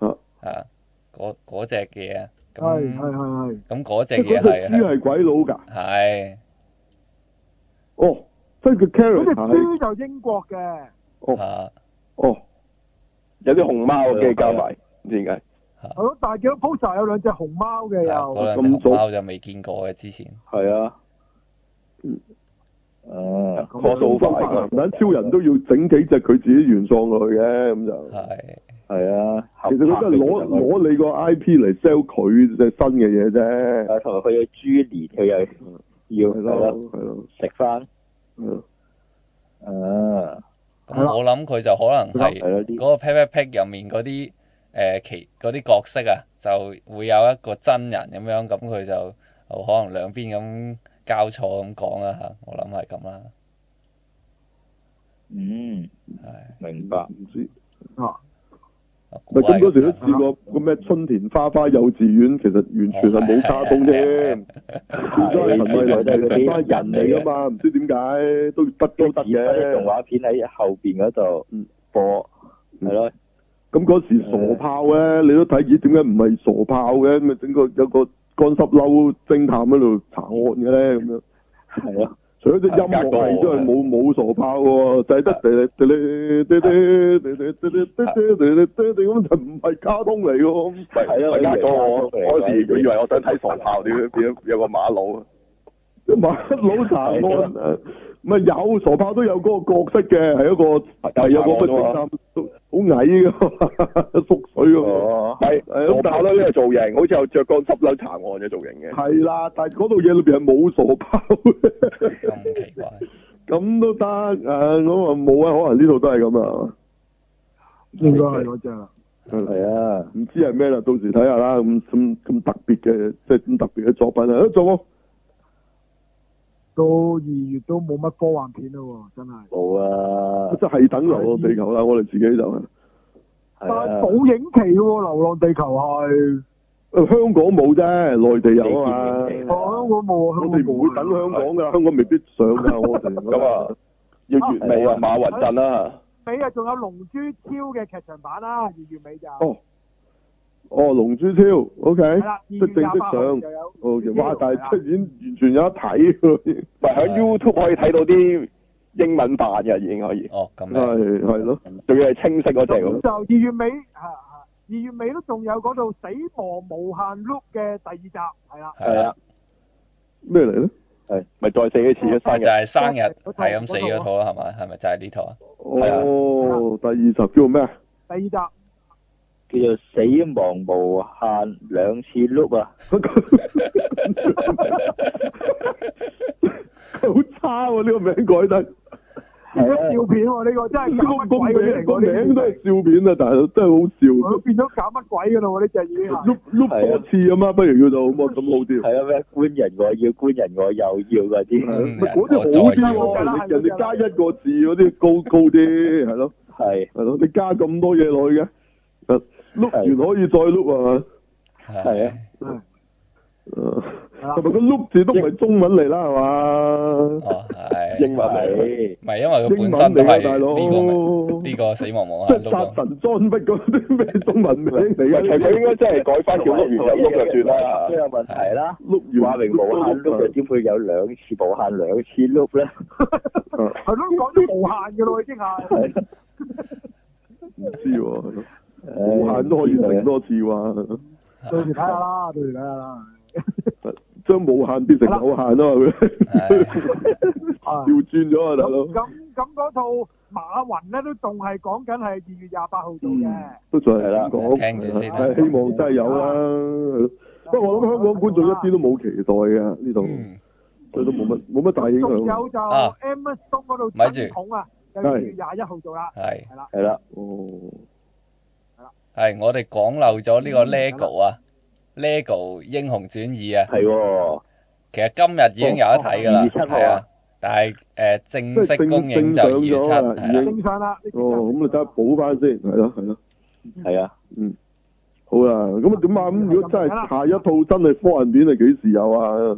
S1: 啊
S2: 啊，嗰嗰只嘢啊，
S5: 係係
S2: 咁
S5: 係係，
S2: 咁嗰只
S1: 即係
S2: 嘢
S1: 嗰隻豬
S2: 係
S1: 係鬼佬㗎。
S2: 係
S1: 哦，即係佢 carry
S5: 嗰只
S1: 係
S5: 豬就英國嘅，
S1: 哦
S2: 嚇
S1: 哦，
S4: 有啲熊貓嘅加埋，唔知點解。
S5: 係咯，但係見到 poster 有兩隻熊貓嘅
S2: 係啊
S5: 又
S2: 嗰。兩隻
S1: 咁早
S2: 熊貓就未見過嘅之前，
S3: 係啊，
S1: 嗯
S3: 嗯，
S5: 咁
S4: 過數
S1: 好
S4: 快
S1: 白
S4: 㗎
S1: 男人超人都要整幾隻佢自己原創落去嘅咁就。
S2: 係
S3: 係啊，合
S1: 其實佢
S3: 拍
S1: 都
S3: 嘅
S1: 係
S3: 其實
S1: 攞
S3: 佢
S1: 攞你個 I P 嚟 sell 佢隻新嘅嘢啫。
S3: 啊，同埋佢有豬年，佢又要
S1: 係
S3: 係
S1: 咯
S3: 咯，
S1: 係咯，
S3: 食翻，
S1: 係咯。
S3: 啊，
S5: 係
S2: 咁
S5: 咯
S2: 我諗佢就可能
S3: 係
S2: 係
S3: 咯啲
S2: 嗰個 Pat Pat Pat 入面嗰啲誒其嗰啲角色啊，就會有一個真人咁樣，咁佢就就可能兩邊咁交錯咁講啦嚇，我諗係咁啦，
S3: 嗯，
S2: 係。
S3: 明白，
S1: 唔知。
S5: 啊
S2: 我
S1: 咪
S2: 估
S1: 咁
S2: 係
S1: 嗰時都
S2: 樣
S1: 試過個咩春田花花幼稚園，其實完全係冇卡通添，變咗係陳慧琳係班人嚟噶嘛，唔知點解都得嗯都得
S3: 而家啲動
S1: 嘅。
S3: 畫片喺後邊嗰度
S1: 嗯
S3: 播，係咯，
S1: 咁嗰時傻炮咧，你都睇咦？點解唔係傻炮嘅？咁咪整個有個乾濕褸偵探喺度查案嘅咧咁樣。
S3: 係咯，
S1: 除咗隻音樂係之外，冇冇傻炮喎，就係得滴滴滴滴滴滴滴滴滴滴滴咁，就唔係卡通嚟嘅喎。
S4: 咪
S3: 係啊
S4: 咪呃咗我，
S3: 我以為
S4: 嗰時佢以為我想睇傻炮，點知變咗有個馬佬。啊
S1: 馬佬查案誒，咪有傻炮都有嗰個角色嘅，係一個係有個不正衫，都好矮噶，縮水咁。
S3: 哦，
S4: 呃係
S1: 係咁
S4: 傻炮咧呢個造型，好似有着個濕褸查案嘅造型嘅。
S1: 係啦，但係嗰套嘢裏邊係冇傻炮，
S2: 咁奇怪，
S1: 咁都得誒，咁啊冇啊，可能呢套都係咁啊，
S5: 應該係嗰只啦。
S1: 係啦
S3: 係啊，
S1: 唔知係咩啦，到時睇下啦，咁咁咁特別嘅，即係咁特別嘅作品啊，仲有
S5: 到二月都冇乜科幻片咯喎，真係。
S3: 冇啊，
S1: 即係等流落地球啦，我哋自己就係。
S5: 但
S3: 係
S5: 係
S3: 啊，
S5: 冇影期喎，《流浪地球》係。
S1: 誒香港冇啫，內地有啊
S3: 地
S1: 嘛
S3: 鐵。
S5: 哦，香港冇啊，
S1: 我
S5: 香港
S1: 哋唔會
S5: 冇啊。
S1: 等香港㗎，香港未必上㗎，我哋
S4: 咁啊，要月尾啊，馬雲陣啦。
S5: 尾啊，仲有《龍珠超》嘅劇場版啦，二月尾就。
S1: 哦，哦，龍珠超，OK，
S5: 係啦，二
S1: 即
S5: 月
S1: 係正
S5: 廿
S1: 式
S5: 八號
S1: 上
S5: 就有。
S1: ，OK，哇！但係
S5: 係啊
S1: 出年完全有得睇喎，
S4: 咪喺 YouTube 可以睇到啲英文版嘅，已經可以，
S2: 哦咁樣，
S1: 係係咯，
S4: 仲要係清晰嗰只
S5: 咁
S4: 咁。
S5: 就二月尾，係係二月尾都仲有嗰套《死亡無限 loop》嘅第二集，係啦。
S2: 係啦，
S1: 咩嚟咧？
S4: 咪再死一次一
S2: 咪
S4: 生
S2: 就
S4: 日，
S2: 係生日
S5: 嗰套
S2: 係咁死
S5: 嗰
S2: 嗰
S5: 套
S2: 套啦，係嘛？係咪就係呢套啊？
S4: 啊
S1: 哦，第二集叫做咩啊？ [LAUGHS]
S5: 第二集
S3: 叫做死亡無限兩次 loop 啊，
S1: 好差喎！呢個名改得，呢
S5: 變咗笑片喎，呢個
S1: [LAUGHS]
S5: 真係搞乜
S1: 個
S5: 鬼嗰啲嚟
S1: 名個
S5: 喎呢
S1: 名
S5: 啲
S1: 都係笑片啊，但係真係好
S5: 佢變咗搞乜鬼㗎咯喎，呢只已經
S1: 笑
S5: 係。
S1: [LAUGHS] ，loop loop 多次咁啊，不如叫做咁啊，咁好啲。
S3: 係啊咩官人我要官人我又要嗰啲，
S2: 嗯
S1: 咪嗰啲好啲喎，人哋加一個字嗰啲高高啲，係咯
S3: 係
S1: 係咯，你加咁多嘢落去嘅，啊誒碌完可以再碌係嘛？
S3: 係啊
S2: 係
S1: 誒
S5: 係啦
S1: 同埋個 look 字都唔係中文嚟啦，係嘛？
S2: 哦，係，
S4: [LAUGHS] 英文嚟，
S3: 係
S2: 唔係因為佢
S1: 英文
S2: 本身都
S1: 嚟㗎
S2: 係
S1: 大佬
S2: 呢個名呢個死亡網
S1: 即 [LAUGHS]
S2: 係
S1: 係
S2: logo
S1: 殺神裝逼嗰啲咩中文名嚟
S4: 其
S1: 嘅？
S4: 實佢應該真係改翻叫碌完就碌就算啦
S3: 都。有問題啦。
S1: 碌完
S3: 話明無限碌就點會有兩次無限兩次碌咧？
S1: 啊
S5: 係咯，講咗無限嘅咯，已經係。
S3: 係
S1: 唔知喎，
S3: 哎
S1: 無限都可以整多次喎，
S5: 到時睇下啦，到時睇下 [LAUGHS] 啦。
S1: 將無限變成有限啊嘛佢，
S2: 係
S5: 啊
S1: 調轉咗啊大佬，
S5: 咁咁嗰套馬雲咧都仲係講緊係二月廿八號做嘅。
S1: 都仲係咁講，
S2: 聽住先啦
S1: 係希望真係有啦，係咯。不過我諗香港觀眾一啲都冇期待嘅呢度，
S2: 嗯，
S1: 所以都冇乜冇乜大影
S5: 仲
S1: 響。
S5: 有就
S2: 啊
S5: Amazon 嗰度
S2: 咪住
S5: 真統啊，就二月廿一號做啦，
S2: 係
S5: 係啦。
S3: 係啦，
S1: 哦，
S2: 係我哋講漏咗
S1: 嗯
S2: 呢個 LEGO 啊，LEGO 英雄傳二啊，
S3: 係喎，
S2: 其實今日已經有得睇㗎啦，
S3: 哦27號啊
S2: 係啊，但係誒
S1: 即
S2: 正式
S1: 係正
S2: 公
S1: 正
S2: 映就
S1: 上
S2: 二月七，
S1: 咗啦，
S2: 係
S1: 已經
S2: 啦，
S5: 正。常啦，呢
S1: 哦，咁你睇下補翻先，係咯係咯，
S3: 係啊，
S1: 嗯，好啦，咁啊點啊？咁如果真係下一套真係科幻片係幾時有啊？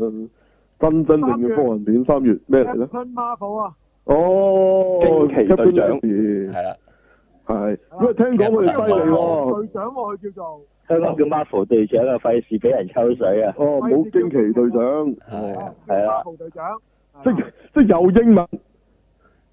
S1: 真真正嘅科幻片三月咩嚟咧？
S5: Captain Marvel 啊，
S1: 哦，
S4: 驚奇隊長
S1: 係
S2: 係啦，
S1: 係，因為聽講佢
S5: Dạ,
S1: 哋犀利喎，
S5: 隊長喎，佢叫做。
S3: 香港叫 Marvel 隊長啊，費事俾人抽水啊，
S1: 哦，冇驚奇隊長，
S2: 啊 Dạ.
S5: Dạ,
S1: 哦，
S3: 係啦
S5: Marvel 隊長。
S1: 即即有英文，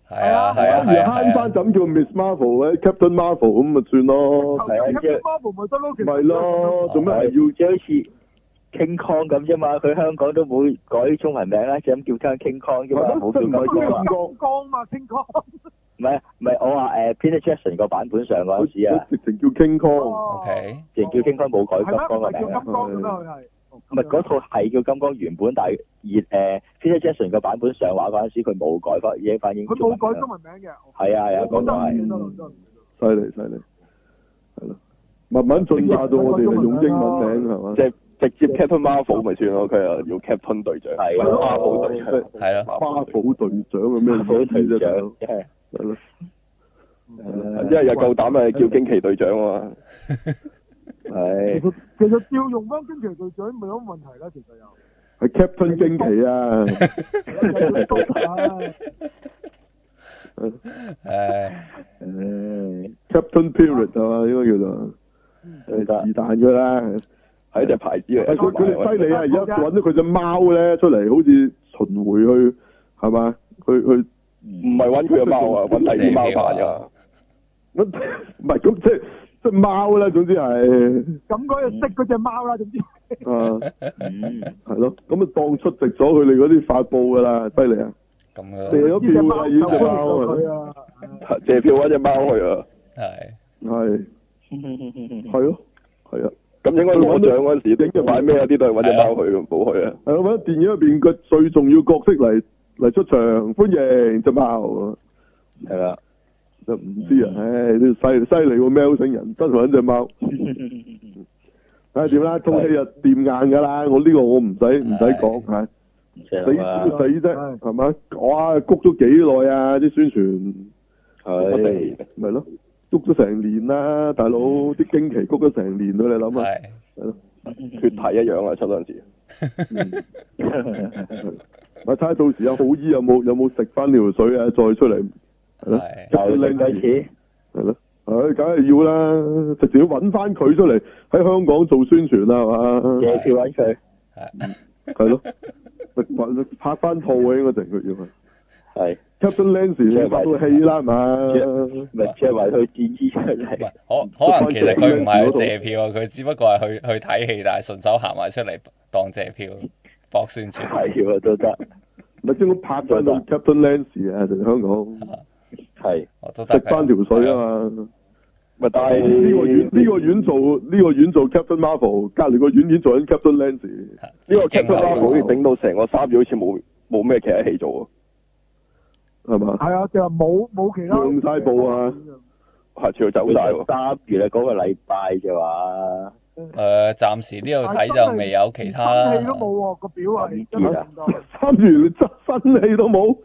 S2: 係啊，係啊，
S1: 而
S2: 係啊，
S1: 慳翻就咁叫 Miss Marvel 咧，Captain Marvel 咁咪算咯，
S3: 係啊即係
S5: Captain Marvel 咪得咯，其實
S1: 咪。咯，做咩係
S3: 要即好似 King Kong 咁啫嘛，佢香港都冇改中文名啦，就咁叫翻 King Kong 啫嘛，冇叫
S1: 唔係
S3: 金剛啊
S1: 咁。講
S5: 金剛嘛，星光。
S3: 唔係唔係，我話誒 Peter Jackson 個版本上嗰陣時
S1: 要
S3: 啊，
S1: 直情叫 King Kong，
S5: Ờ.
S2: OK，
S3: 就叫 King Kong 冇改
S5: 係
S3: 金
S5: 咩？
S3: 剛
S5: 唔
S3: 個
S5: 係叫
S3: 名啊。
S5: 金剛嘅咩？佢係。
S3: 唔係嗰套係叫金剛原本，但係而誒 Peter Jackson 個版本上畫嗰陣時，佢冇改翻，已經翻英
S5: 佢
S3: 文名
S5: 冇改
S3: 啦
S5: 中文名嘅。
S3: 係啊係啊，
S5: 我
S3: 嗰
S5: 真
S3: 個
S5: 係
S3: 係
S5: 唔記得啦，真係唔記得啦。
S1: 犀利犀利，係咯，慢慢進化到我哋係用英文名係嘛
S4: 即，係直接 Captain Marvel 咪算咯，佢又要 Captain 隊長，
S3: 係啊
S4: Marvel 隊長，
S2: 係咯，
S1: 花寶隊長咁咩
S3: 好
S1: 意思
S3: 隊
S1: 啫大佬
S3: 長，，真係
S1: 係咯，
S4: 因為又夠膽啊叫驚奇隊長啊嘛，
S5: 其
S3: 係
S5: 實其實照用翻驚奇隊長咪有乜問題啦，其
S1: [LAUGHS]
S5: 實又。
S1: 係 Captain 驚奇啊， [LAUGHS]
S2: 誒，
S3: 誒
S1: Captain Period 係嘛，應該叫做。
S3: 都得
S1: 是但㗎啦，
S4: 係一隻牌子嚟
S1: 係
S4: 嘅。
S1: 佢佢哋犀利啊！而
S5: 嗯
S1: 家揾咗佢只貓咧出嚟，好似巡迴去係嘛？去去
S4: 唔係揾佢嘅貓啊，揾第二啲貓扮
S1: 啊
S4: 㗎。
S1: 乜唔係咁即係即係貓啦，總之係
S5: 咁嗰日識嗰只貓啦，總之
S1: 啊
S3: 嗯
S1: 係咯，咁啊當出席咗佢哋嗰啲發布㗎啦，犀利啊！
S2: 咁
S1: 射
S2: 樣
S1: 咗票啦，已經
S5: 就
S1: 只貓
S5: 佢
S1: 啊，
S5: 啊，
S4: 借票揾只貓去啊！
S2: 係
S1: 係係咯係啊，
S4: 咁應該攞獎嗰陣時，整隻買咩啊？啲都係揾只貓去，冇去啊！
S1: 係咁喺電影入邊嘅最重要角色嚟嚟出場，歡迎只貓。
S3: 係啦，
S1: 就唔知啊，唉，呢犀犀利喎，喵星人真係揾只貓。睇下點啦，套戲就掂硬㗎啦，我呢個我唔使唔使講嚇，
S3: 唔知
S1: 死
S3: 啦
S1: 都
S3: 嘛，
S1: 死啫，
S5: 係
S1: 係咪？哇，谷咗幾耐啊！啲宣傳
S3: 佢
S1: 咪咯，谷咗成年啦，大佬
S5: 嗯
S1: 啲驚奇谷咗成年咯，你諗下，
S2: 係
S1: 係咯，
S4: 血題一樣啊，出嗰陣時。
S1: 嗯 [LAUGHS] 咪睇下到時有好醫有冇有冇食翻呢條水啊，再出嚟
S2: [LAUGHS]
S1: 係咯，
S2: 係
S3: 又另一次，
S1: 係咯。唉，梗係要啦，直情要揾翻佢出嚟喺香港做宣傳啦，係嘛？
S3: 借票揾佢，
S2: 係
S1: 係咯，咪拍翻套啊，應該定佢要係。
S3: 係
S1: Captain Lancy 拍到戲啦，係嘛？
S3: 咪借埋佢戰衣出
S2: 唔係
S3: 嚟？
S2: 可可能其實佢唔係去借票啊，佢只不過係去去睇戲，但係順手行埋出嚟當借票博宣傳。
S3: 係喎都得，
S1: 咪即係我拍翻到 Captain Lancy 啊，成香港
S2: 啊
S3: 係
S2: 我都得
S1: 食
S2: 㗎
S1: 翻條水啊！嘛。
S4: 咪但係
S1: 呢個院呢個院做呢個院做 Captain Marvel，隔離個院院做緊 Captain Lancy。
S2: 呢
S4: 呢個 Captain Marvel 好似整到成個三月好似冇冇咩其他戲做啊。
S1: 係嘛？
S5: 係啊，就冇冇其他。
S1: 讓晒步啊！
S4: 下次佢走晒喎。
S3: 三月啊，嗰個禮拜啫嘛，
S2: 誒，暫時呢度睇就未有其他啦。
S5: 戲都冇喎，個表係真係唔多。
S1: 三月你真新戲都冇，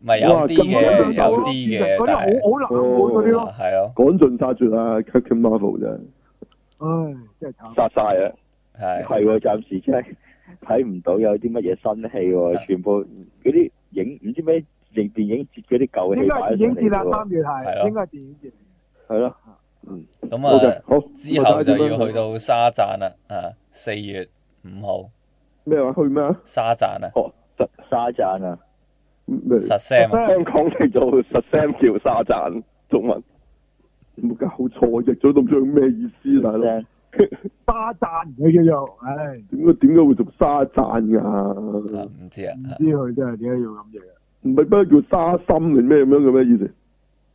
S2: 咪有啲
S1: 哇
S2: 嘅，
S1: 咁
S2: 有啲嘅，
S5: 嗰啲
S2: 但係啊
S5: 好好冷門嗰啲咯。
S2: 係咯，
S1: 趕盡殺絕啊！Captain Marvel 啫。
S5: 唉，真係慘。
S4: 殺晒啊！
S2: 係
S3: 係喎，暫時真係睇唔到有啲乜嘢新戲喎，全部嗰啲影唔知咩影電影節嗰啲舊
S5: 應
S3: 戲
S5: 該
S3: 擺
S5: 係
S3: 咗
S5: 電
S3: 上
S5: 影節啦，
S3: 嚟喎，
S5: 三月
S2: 係咯
S5: 係應該係電影節。
S3: 係咯，
S2: 咁
S1: O K，
S2: 啊，
S1: 好。
S2: 之
S1: 咁啊
S2: 後就
S1: 睇下點樣
S2: 要去到沙贊啦，啊，四月五號
S1: 咩話？去咩啊？
S2: 沙贊啊，
S4: 哦，實
S3: 沙贊啊，
S1: 咩？
S2: 實 Sam 啊，
S4: 香港叫做實 Sam 叫沙贊中文，
S1: 冇搞錯，譯咗都唔知佢咩意思，大佬。
S3: 聲
S5: 沙贊佢叫做，唉，唔
S1: 點解點解會讀沙贊㗎？
S2: 唔知啊，
S5: 知佢真係點解要咁嘢。
S1: 唔係不過叫沙心定咩咁樣嘅咩意思？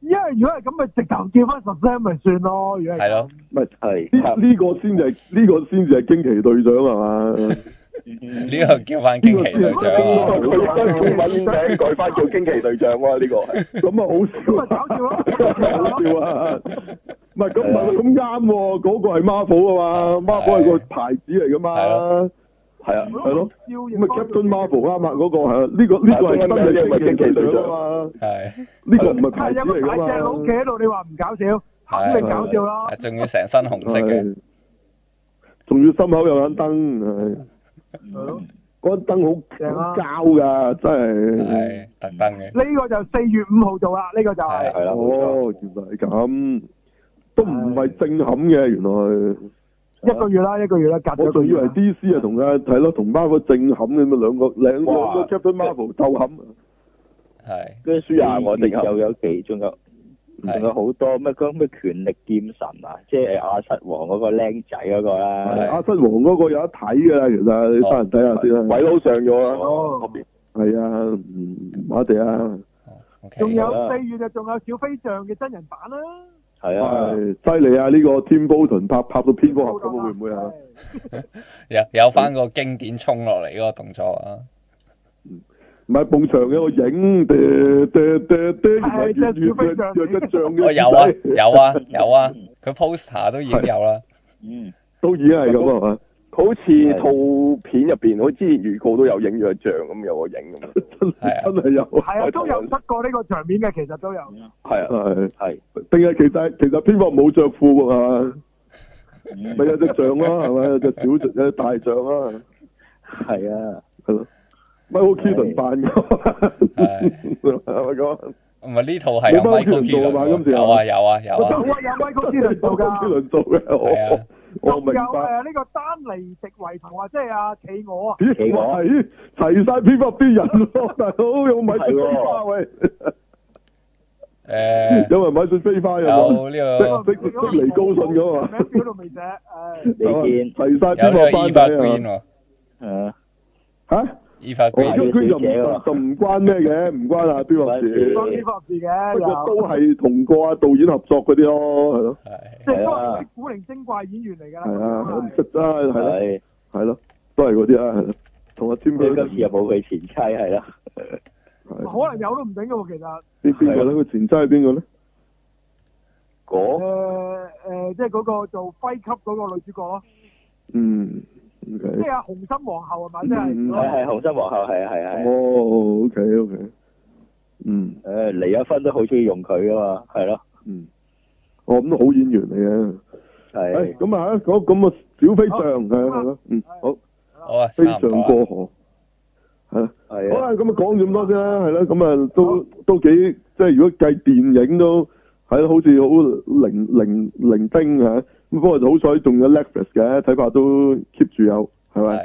S5: 因為如果係咁，咪直頭叫翻十聲咪算咯。如果係
S2: 係咯
S5: 咁，
S1: 唔係
S3: 係
S1: 呢呢個先至係呢個先至係驚奇隊長係嘛？ [LAUGHS]
S2: 呢個叫翻驚奇隊長啊，
S4: 佢應該中文名改翻叫驚奇隊長喎，呢個係
S1: 咁
S5: 咁咪
S1: 啊
S5: 搞笑咯。
S1: [LAUGHS] 好笑啊！唔係咁唔係咁啱喎，嗰個係 Marvel 啊嘛，Marvel 係個牌子嚟噶
S2: 係
S1: 嘛，
S4: 係啊，
S1: 係咯。
S5: 笑
S1: 咁啊 Captain Marvel 啱啊，嗰個係啊呢個呢個係真係驚奇隊長啊嘛，
S2: 係，
S1: 呢個唔係啊牌
S5: 係
S1: 子
S5: 有個
S1: 嚟
S5: 大隻佬
S1: 噶
S5: 企
S1: 嘛。
S5: 喺度，你話唔搞笑，肯定搞笑啦。
S2: 仲要成身
S1: 啊
S2: 紅色嘅，
S1: 係仲要心口有眼燈，係
S5: 係咯
S1: 嗰盞燈
S5: 正
S1: 好
S5: 啊
S1: 膠㗎，真係。
S2: 係特登嘅，
S5: 呢個就四月五號做啦，呢個就
S2: 係
S5: 係
S3: 係啦，冇
S1: 哦，原來係咁，都唔係正冚嘅原來。
S5: 一個月啦，一個月啦，隔
S1: 我
S5: 咗一個
S1: 仲以
S5: 月
S1: 為
S5: 啦。
S1: DC 啊同啊係咯，同 Marvel 正冚咁啊兩個兩兩個
S4: 哇
S1: Captain Marvel 就冚，
S2: 係
S3: 跟住
S4: 輸啊我哋
S3: 又有幾，仲有
S2: 係
S3: 仲有好多咩嗰咩權力劍神啊，即係阿瑟王嗰個僆仔嗰個
S2: 係
S3: 啦，
S1: 阿瑟王嗰個有得睇㗎啦，其實你翻嚟睇下先啦。
S4: 鬼佬上咗啊啦，
S5: 哦
S4: 嗰邊
S1: 係啊，唔我哋啊，
S2: ，OK，
S5: 仲有
S3: 係啦
S5: 四月就仲有小飛象嘅真人版啦。
S3: 係啊，
S1: 係犀利啊！呢個 Tim Burton 拍拍到蝙蝠俠咁啊，會唔會啊？
S2: 有有翻個經典衝落嚟嗰個動作啊，
S1: 唔係埲牆嘅，我影嘅嘅嘅嘅，原來
S5: 係
S1: 越越
S5: 隻小飛象
S1: 越越隻象嘅。
S2: 哦有啊有啊有啊，佢 poster 都已經有啦，
S3: 嗯，
S1: 都已經係咁啊係嘛，
S4: 好似套片入邊，好似之前預告都有影咗像咁，有個影咁，
S1: 真
S2: 係啊
S1: 真係有啊，
S5: 係啊，都有出過呢個場面嘅，其實都有。
S4: 係啊，
S1: 係
S3: 係，
S1: 定係其實其實蝙蝠俠冇着褲㗎嘛？咪有隻象
S2: [LAUGHS]
S1: 咯，係咪有隻小隻有隻大象啦，
S3: 係啊，
S1: 係咯，Michael Keaton 扮嘅，
S2: 係
S1: [LAUGHS] 係咪咁？啊
S2: 唔係呢套係有
S1: 你幫
S2: Michael
S1: 佢做啊嘛今
S2: Keaton
S1: 次
S2: 喎有啊有啊有
S5: 有
S2: 啊，
S5: 啊，有 Michael Keaton 做㗎。
S1: Keaton 做
S2: 係
S1: 嘅
S2: 啊，
S1: 我我
S5: 仲
S1: 明
S5: 有
S1: 白。
S5: 誒呢個丹尼迪維同啊，即係阿企鵝啊，
S1: 咦，
S3: 企鵝
S1: 哇咦齊晒蝙蝠俠啲人
S2: [LAUGHS]
S1: 咯，大佬有冇買雪飛花喂？
S2: 誒
S1: 有人啊買雪飛花嘅
S2: 有
S1: 喎，
S2: 呢個。
S1: 即即即尼高信嘅嘛
S5: 名表都未寫，誒
S3: 你見
S1: 齊晒
S2: 有
S1: 蝙
S2: 呢
S1: 蝠
S2: 個
S1: 俠
S2: Eva
S1: 班
S2: Green
S1: 底啊！
S2: 喎
S3: 啊，
S1: 嚇，
S2: ，Eva
S1: 我
S2: Green
S1: 呢個 Green 就唔就唔關咩嘅，唔關啊蝙蝠俠事
S5: 關，蝙蝠俠事
S1: 不
S5: 嘅
S1: 過
S5: 又，
S1: 都係同個啊導演合作嗰啲咯，係咯。
S2: 係
S5: 即係都係啲古靈精怪演員嚟㗎啦。
S1: 係啊，我唔
S5: 咁
S1: 識啦，係咯，
S3: 係，
S1: 係咯，都係嗰啲啊啦，係咯，同阿
S3: 即
S1: Tim
S3: 係
S1: Burton
S3: 今次又冇佢前妻係啦，
S5: 樣可能有都唔定嘅喎，其實
S1: 邊邊個咧？佢前妻係邊個咧？
S3: 嗰
S5: 誒誒，即係嗰個做輝級嗰個女主角咯，
S1: 嗯，OK，
S5: 即係阿紅心皇后係啊咪？即
S1: 嗯
S3: 係係
S5: 係
S3: 紅心皇后係啊係啊係啊
S1: 哦。，OK OK，嗯
S3: 誒離咗婚都好中意用佢噶嘛，係咯，
S1: 嗯，哦咁都好演員嚟嘅，誒
S3: 係
S1: 咁啊，咁咁啊，小飛象係係咯，嗯好，
S2: 好啊，
S1: 飛
S2: 差唔
S1: 象過
S2: 多啊
S1: 河。係啦，
S3: 係
S1: 好
S3: 啊，
S1: 啦，咁啊講咁多先啦，係啦，咁啊都都幾即係如果計電影都係咯，好似好零零零丁嚇，咁不過就好彩仲有 Netflix 嘅，睇法都 keep 住有，係咪？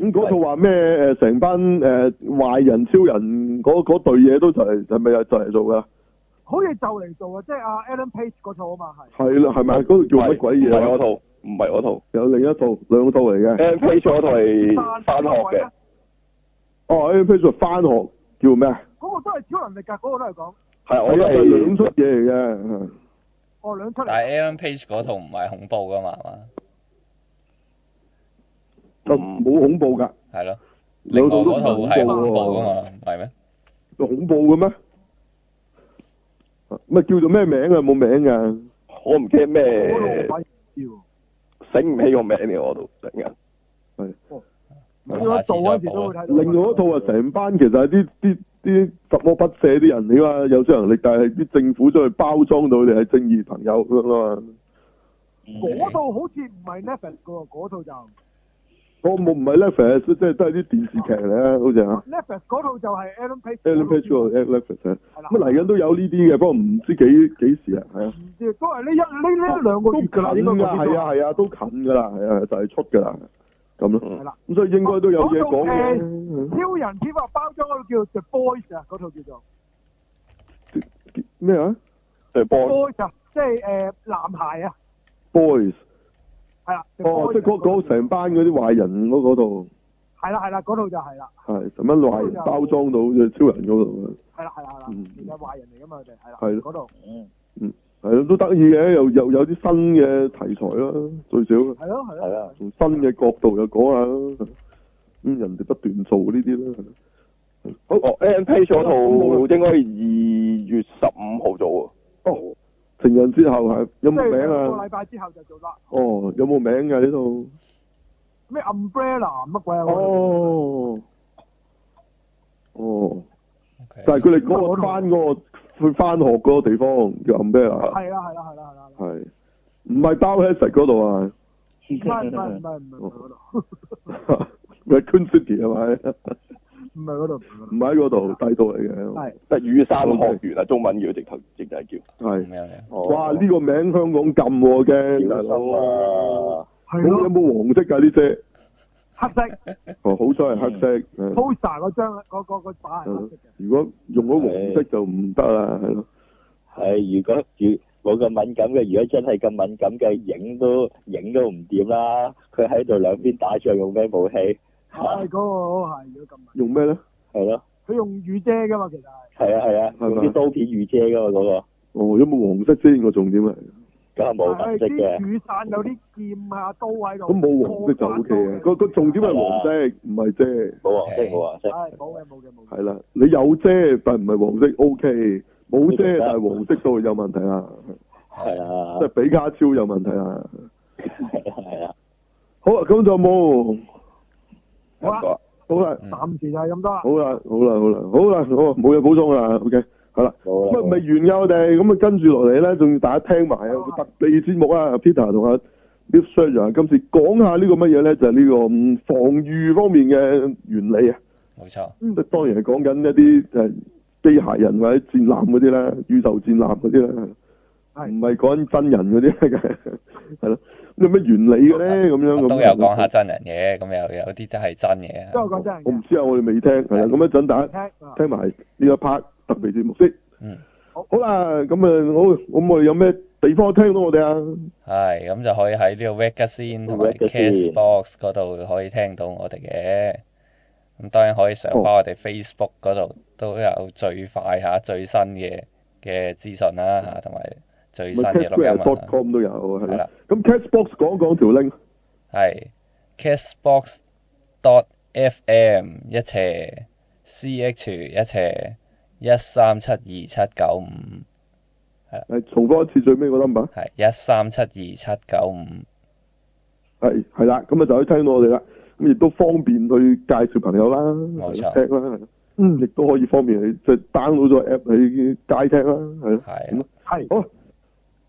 S2: 係
S1: 咁嗰套話咩？誒，成班誒壞人、超人嗰嗰隊嘢都就係係咪又就嚟做噶？
S5: 好似就嚟做啊，即係阿 Alan Page 嗰套啊嘛，係。
S1: 係啦，係咪？嗰度叫乜鬼
S4: 唔係
S1: 嘢
S4: 嗰
S1: 啊？
S4: 套，唔係嗰套。
S1: 有另一套，兩套嚟嘅。
S4: M P 嗰套
S1: 嗯
S4: 係翻學嘅，
S1: 哦，誒，譬如翻學叫咩啊？
S5: 嗰個都係超能力㗎，嗰個都係講，
S4: 係我
S1: 係
S4: 都
S1: 啊，係兩
S4: 係
S1: 出嘢嚟嘅。啊
S5: 哦兩出
S2: 但
S5: 嚟。
S2: 係 Alan Page 嗰套唔係恐怖噶嘛，係嘛？
S1: 就冇恐怖㗎，
S2: 係咯，另
S1: 兩套
S2: 外
S1: 都
S2: 嗰套係恐
S1: 恐
S2: 怖
S1: 怖
S2: 噶
S1: 喎。
S2: 嘛，唔係咩？
S1: 恐怖嘅咩？咪叫做咩名啊？冇名㗎。
S4: 我唔記得咩
S5: 嗰，個鬼
S4: 醒唔起個名嘅我都突然間。
S5: 叫咗做嗰時都會睇到。
S1: 另外一套啊，成班其實係啲啲啲十惡不赦啲人嚟嘛，有超能力，但係啲政府將佢包裝到你係正義朋友咁樣啊嘛。
S5: 嗰套好似唔係 Netflix 嘅喎，嗰套就
S1: 我冇唔係 Netflix，即係都係啲電視劇嚟啊，好似啊
S5: l e f f e s 嗰套就係 Alan Page。
S1: Alan Page 喎 Netflix 啊，
S5: 係啦
S1: 咁嚟緊都有呢啲嘅，不過唔知幾幾時啊，係啊，
S5: 唔知都係呢一呢呢一兩個
S1: 都
S5: 月
S1: 近
S5: 㗎啦，應
S1: 㗎，
S5: 該嗰啲都
S1: 係啊係啊，都近㗎啦，係啊，就係出㗎啦，咁咯，
S5: 係啦。
S1: 咁所以啊應該都有嘢
S5: 哦
S1: 講啊
S5: 講到
S1: 嘅。
S5: 超人蝙蝠啊包裝嗰套叫 The Boys 啊，嗰套叫做
S1: 咩啊
S4: 對波
S5: Boys 啊，即係誒男孩啊，
S1: ？Boys，
S5: 係啦。The
S1: 哦，
S5: Boys 啊
S1: 即係嗰嗰成班嗰啲壞人嗰嗰度，
S5: 係啦係啦，嗰套就係啦，
S1: 係成班壞人包裝到好
S5: 啊
S1: 似超人嗰度，啊
S5: 係啦係啦係啦，
S1: 嗯
S5: 其實壞人嚟㗎嘛，佢哋係啦，
S1: 係咯
S5: 嗰度
S1: 嗯係咯，都得意嘅，又又有啲新嘅題材啦，最少
S5: 係咯係
S3: 係
S5: 咯
S3: 啦。
S1: 從新嘅角度又講下啦，咁人哋不斷做呢啲啦，係咯好
S4: 哦 a n Page 嗰套應該二月十五號做
S1: 哦，情人之後係有
S5: 即
S1: 冇
S5: 係
S1: 名
S5: 兩個
S1: 啊
S5: 禮？拜之後就做啦，
S1: 哦，有冇名㗎呢度？
S5: 咩 Umbrella 乜鬼啊？
S1: 哦，哦，
S2: OK
S1: 但係佢哋嗰個翻嗰個去翻學嗰個地方叫 umbrella，
S5: 啊係啦啊係啦係啦
S1: [LAUGHS]
S5: 係啦係
S1: 係
S5: 啦，
S1: 唔係包 h e s 嗰度啊？ [LAUGHS]
S5: 唔係唔係唔
S3: [LAUGHS]
S5: 係唔係唔係嗰度， [LAUGHS]
S1: 咪 Queen City 係咪？
S5: 唔係嗰度唔係嗰
S1: 唔
S5: 度，
S1: 係喺嗰度，低度嚟嘅。
S5: 係
S4: 喎，即係雨山學園啊，中文叫直頭直就係
S2: 咁
S1: 係。
S2: 樣嘅。
S4: 叫。
S1: 哇！呢個名香港禁喎嘅，大佬。
S4: 小心啊！
S5: 係
S1: 咁有
S5: 咯，
S1: 冇黃色㗎呢 [LAUGHS] 隻？
S5: 黑色
S1: 哦，好彩係黑色。係
S5: poster 嗰張嗰嗰嗰版係黑色嘅。
S1: 如果用咗黃色就唔得啦，係咯。
S3: 係，如果如冇咁敏感嘅，如果真係咁敏感嘅，影都影都唔掂啦。佢喺度兩邊打仗，用咩武器？
S5: 係嗰個係如果咁
S1: 用咩咧？
S3: 係咯，
S5: 佢用雨遮㗎嘛，其實係
S3: 係啊係啊，
S1: 係咪
S3: 用啲刀片雨遮㗎嘛嗰個，
S1: 哦，有冇黃色先個重點係？
S3: 梗係冇
S5: 係
S3: 粉色
S5: 啲
S3: 嘅，
S5: 雨傘有啲劍啊刀喺度，
S1: 咁冇黃色就 O K 嘅。個個重點係黃色，唔係啊遮。
S3: 冇黃色
S2: Okay
S3: 冇黃色，
S5: 係冇嘅冇嘅冇嘅。
S1: 係啦，你有遮但唔係黃色 O K，冇遮但係黃色就有問題啦，
S3: 係啊
S1: 即係比卡超有問題啦。
S3: 係啊係啊，
S1: 好啊，咁就冇。
S5: 好啊
S4: 好啊
S1: 好啦，
S2: 嗯
S5: 暫時就係咁多啦
S1: 好。啦，好啦，好啦，好啦，好啊，冇嘢補充啦，OK，好啦，
S3: 冇
S1: 咁啊
S3: 啦
S1: 咪
S3: 冇啦，
S1: 完㗎我哋，咁啊跟住落嚟咧，仲要大家聽埋啊
S5: 好
S1: 個
S5: 啊
S1: 特備節目啊，Peter 同阿 b i f s h e r 啊，今次講下呢個乜嘢咧，就係呢個嗯防禦方面嘅原理啊，
S2: 冇錯，
S1: 即係當然係講緊一啲誒機械人或者戰艦嗰啲啦，宇宙戰艦嗰啲啦。
S5: 係
S1: 唔係講緊真人嗰啲 [LAUGHS] 嘅，係咯，咁有咩原理嘅咧？咁樣咁
S2: 啊都有講下真人嘅，咁又有啲真係真嘅。
S5: 都係講真人
S1: 我唔
S5: 嘅。
S1: 知啊，我哋未聽，係啦，咁一陣大家
S5: 聽啊
S1: 聽埋呢一 part 特別節目先。
S2: 嗯，
S1: 好啦，咁啊，好，咁我哋有咩地方聽到我哋啊？
S2: 係咁就可以喺呢個 Vegasin 同埋
S3: Vegasin
S2: Castbox 嗰度可以聽到我哋嘅。咁當然可以上翻
S1: 哦
S2: 我哋 Facebook 嗰度都有最快嚇最新嘅嘅資訊啦嚇，同埋最
S1: 咪
S2: 新嘅錄音啊。
S1: cashsquare.com 都有，係
S2: 係
S1: 啦
S2: 啦。
S1: 咁 Cashbox 講一講條 link，
S2: 係 Castbox dot FM 一斜 CH 一斜一三七二七九五。
S1: 係重複一次最尾個 number，
S2: 係一三七二七九五，
S1: 係係啦，咁啊就可以聽到我哋啦。咁亦都方便去介紹朋友啦，
S2: 冇
S1: 係
S2: 錯
S1: 啦聽啦，係啦嗯，亦都可以方便你即係 download 咗 app 喺街聽啦，係咯。
S2: 係啊
S5: 係
S1: 好，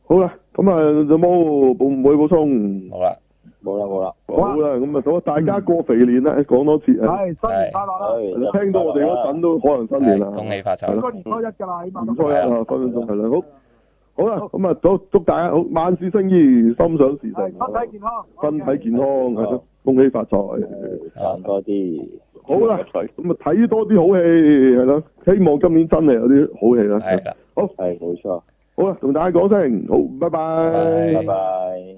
S1: 好啦，咁啊，有冇補唔會補充？
S2: 好啦，
S3: 冇啦冇啦，
S1: 好啦，咁啊，咁啊，大家過肥年啦，講多次啊，
S5: 係新年快樂啦！
S3: 唉
S1: 係聽到我哋嗰陣都可能新年啦，
S2: 恭喜發
S1: 係
S2: 財
S5: 應
S1: 啦，
S5: 該年初一㗎啦，起碼都
S1: 年初一啊，分分鐘係啦，好，好啦，
S5: 好
S1: 咁啊，祝祝大家好，萬事勝意，心想事
S5: 係身體
S1: 成，
S5: 健康，
S1: 身體健康，係
S3: 好
S1: 咯，恭喜發財，
S3: 唉賺多啲，
S1: 好啦，咁啊，睇多啲好戲，係咯，希望今年真係有啲好戲
S2: 係
S1: 啦，
S2: 啦，
S1: 好，
S3: 係冇錯，
S1: 好啦，同大家講聲，好，拜
S2: 拜
S3: 拜拜。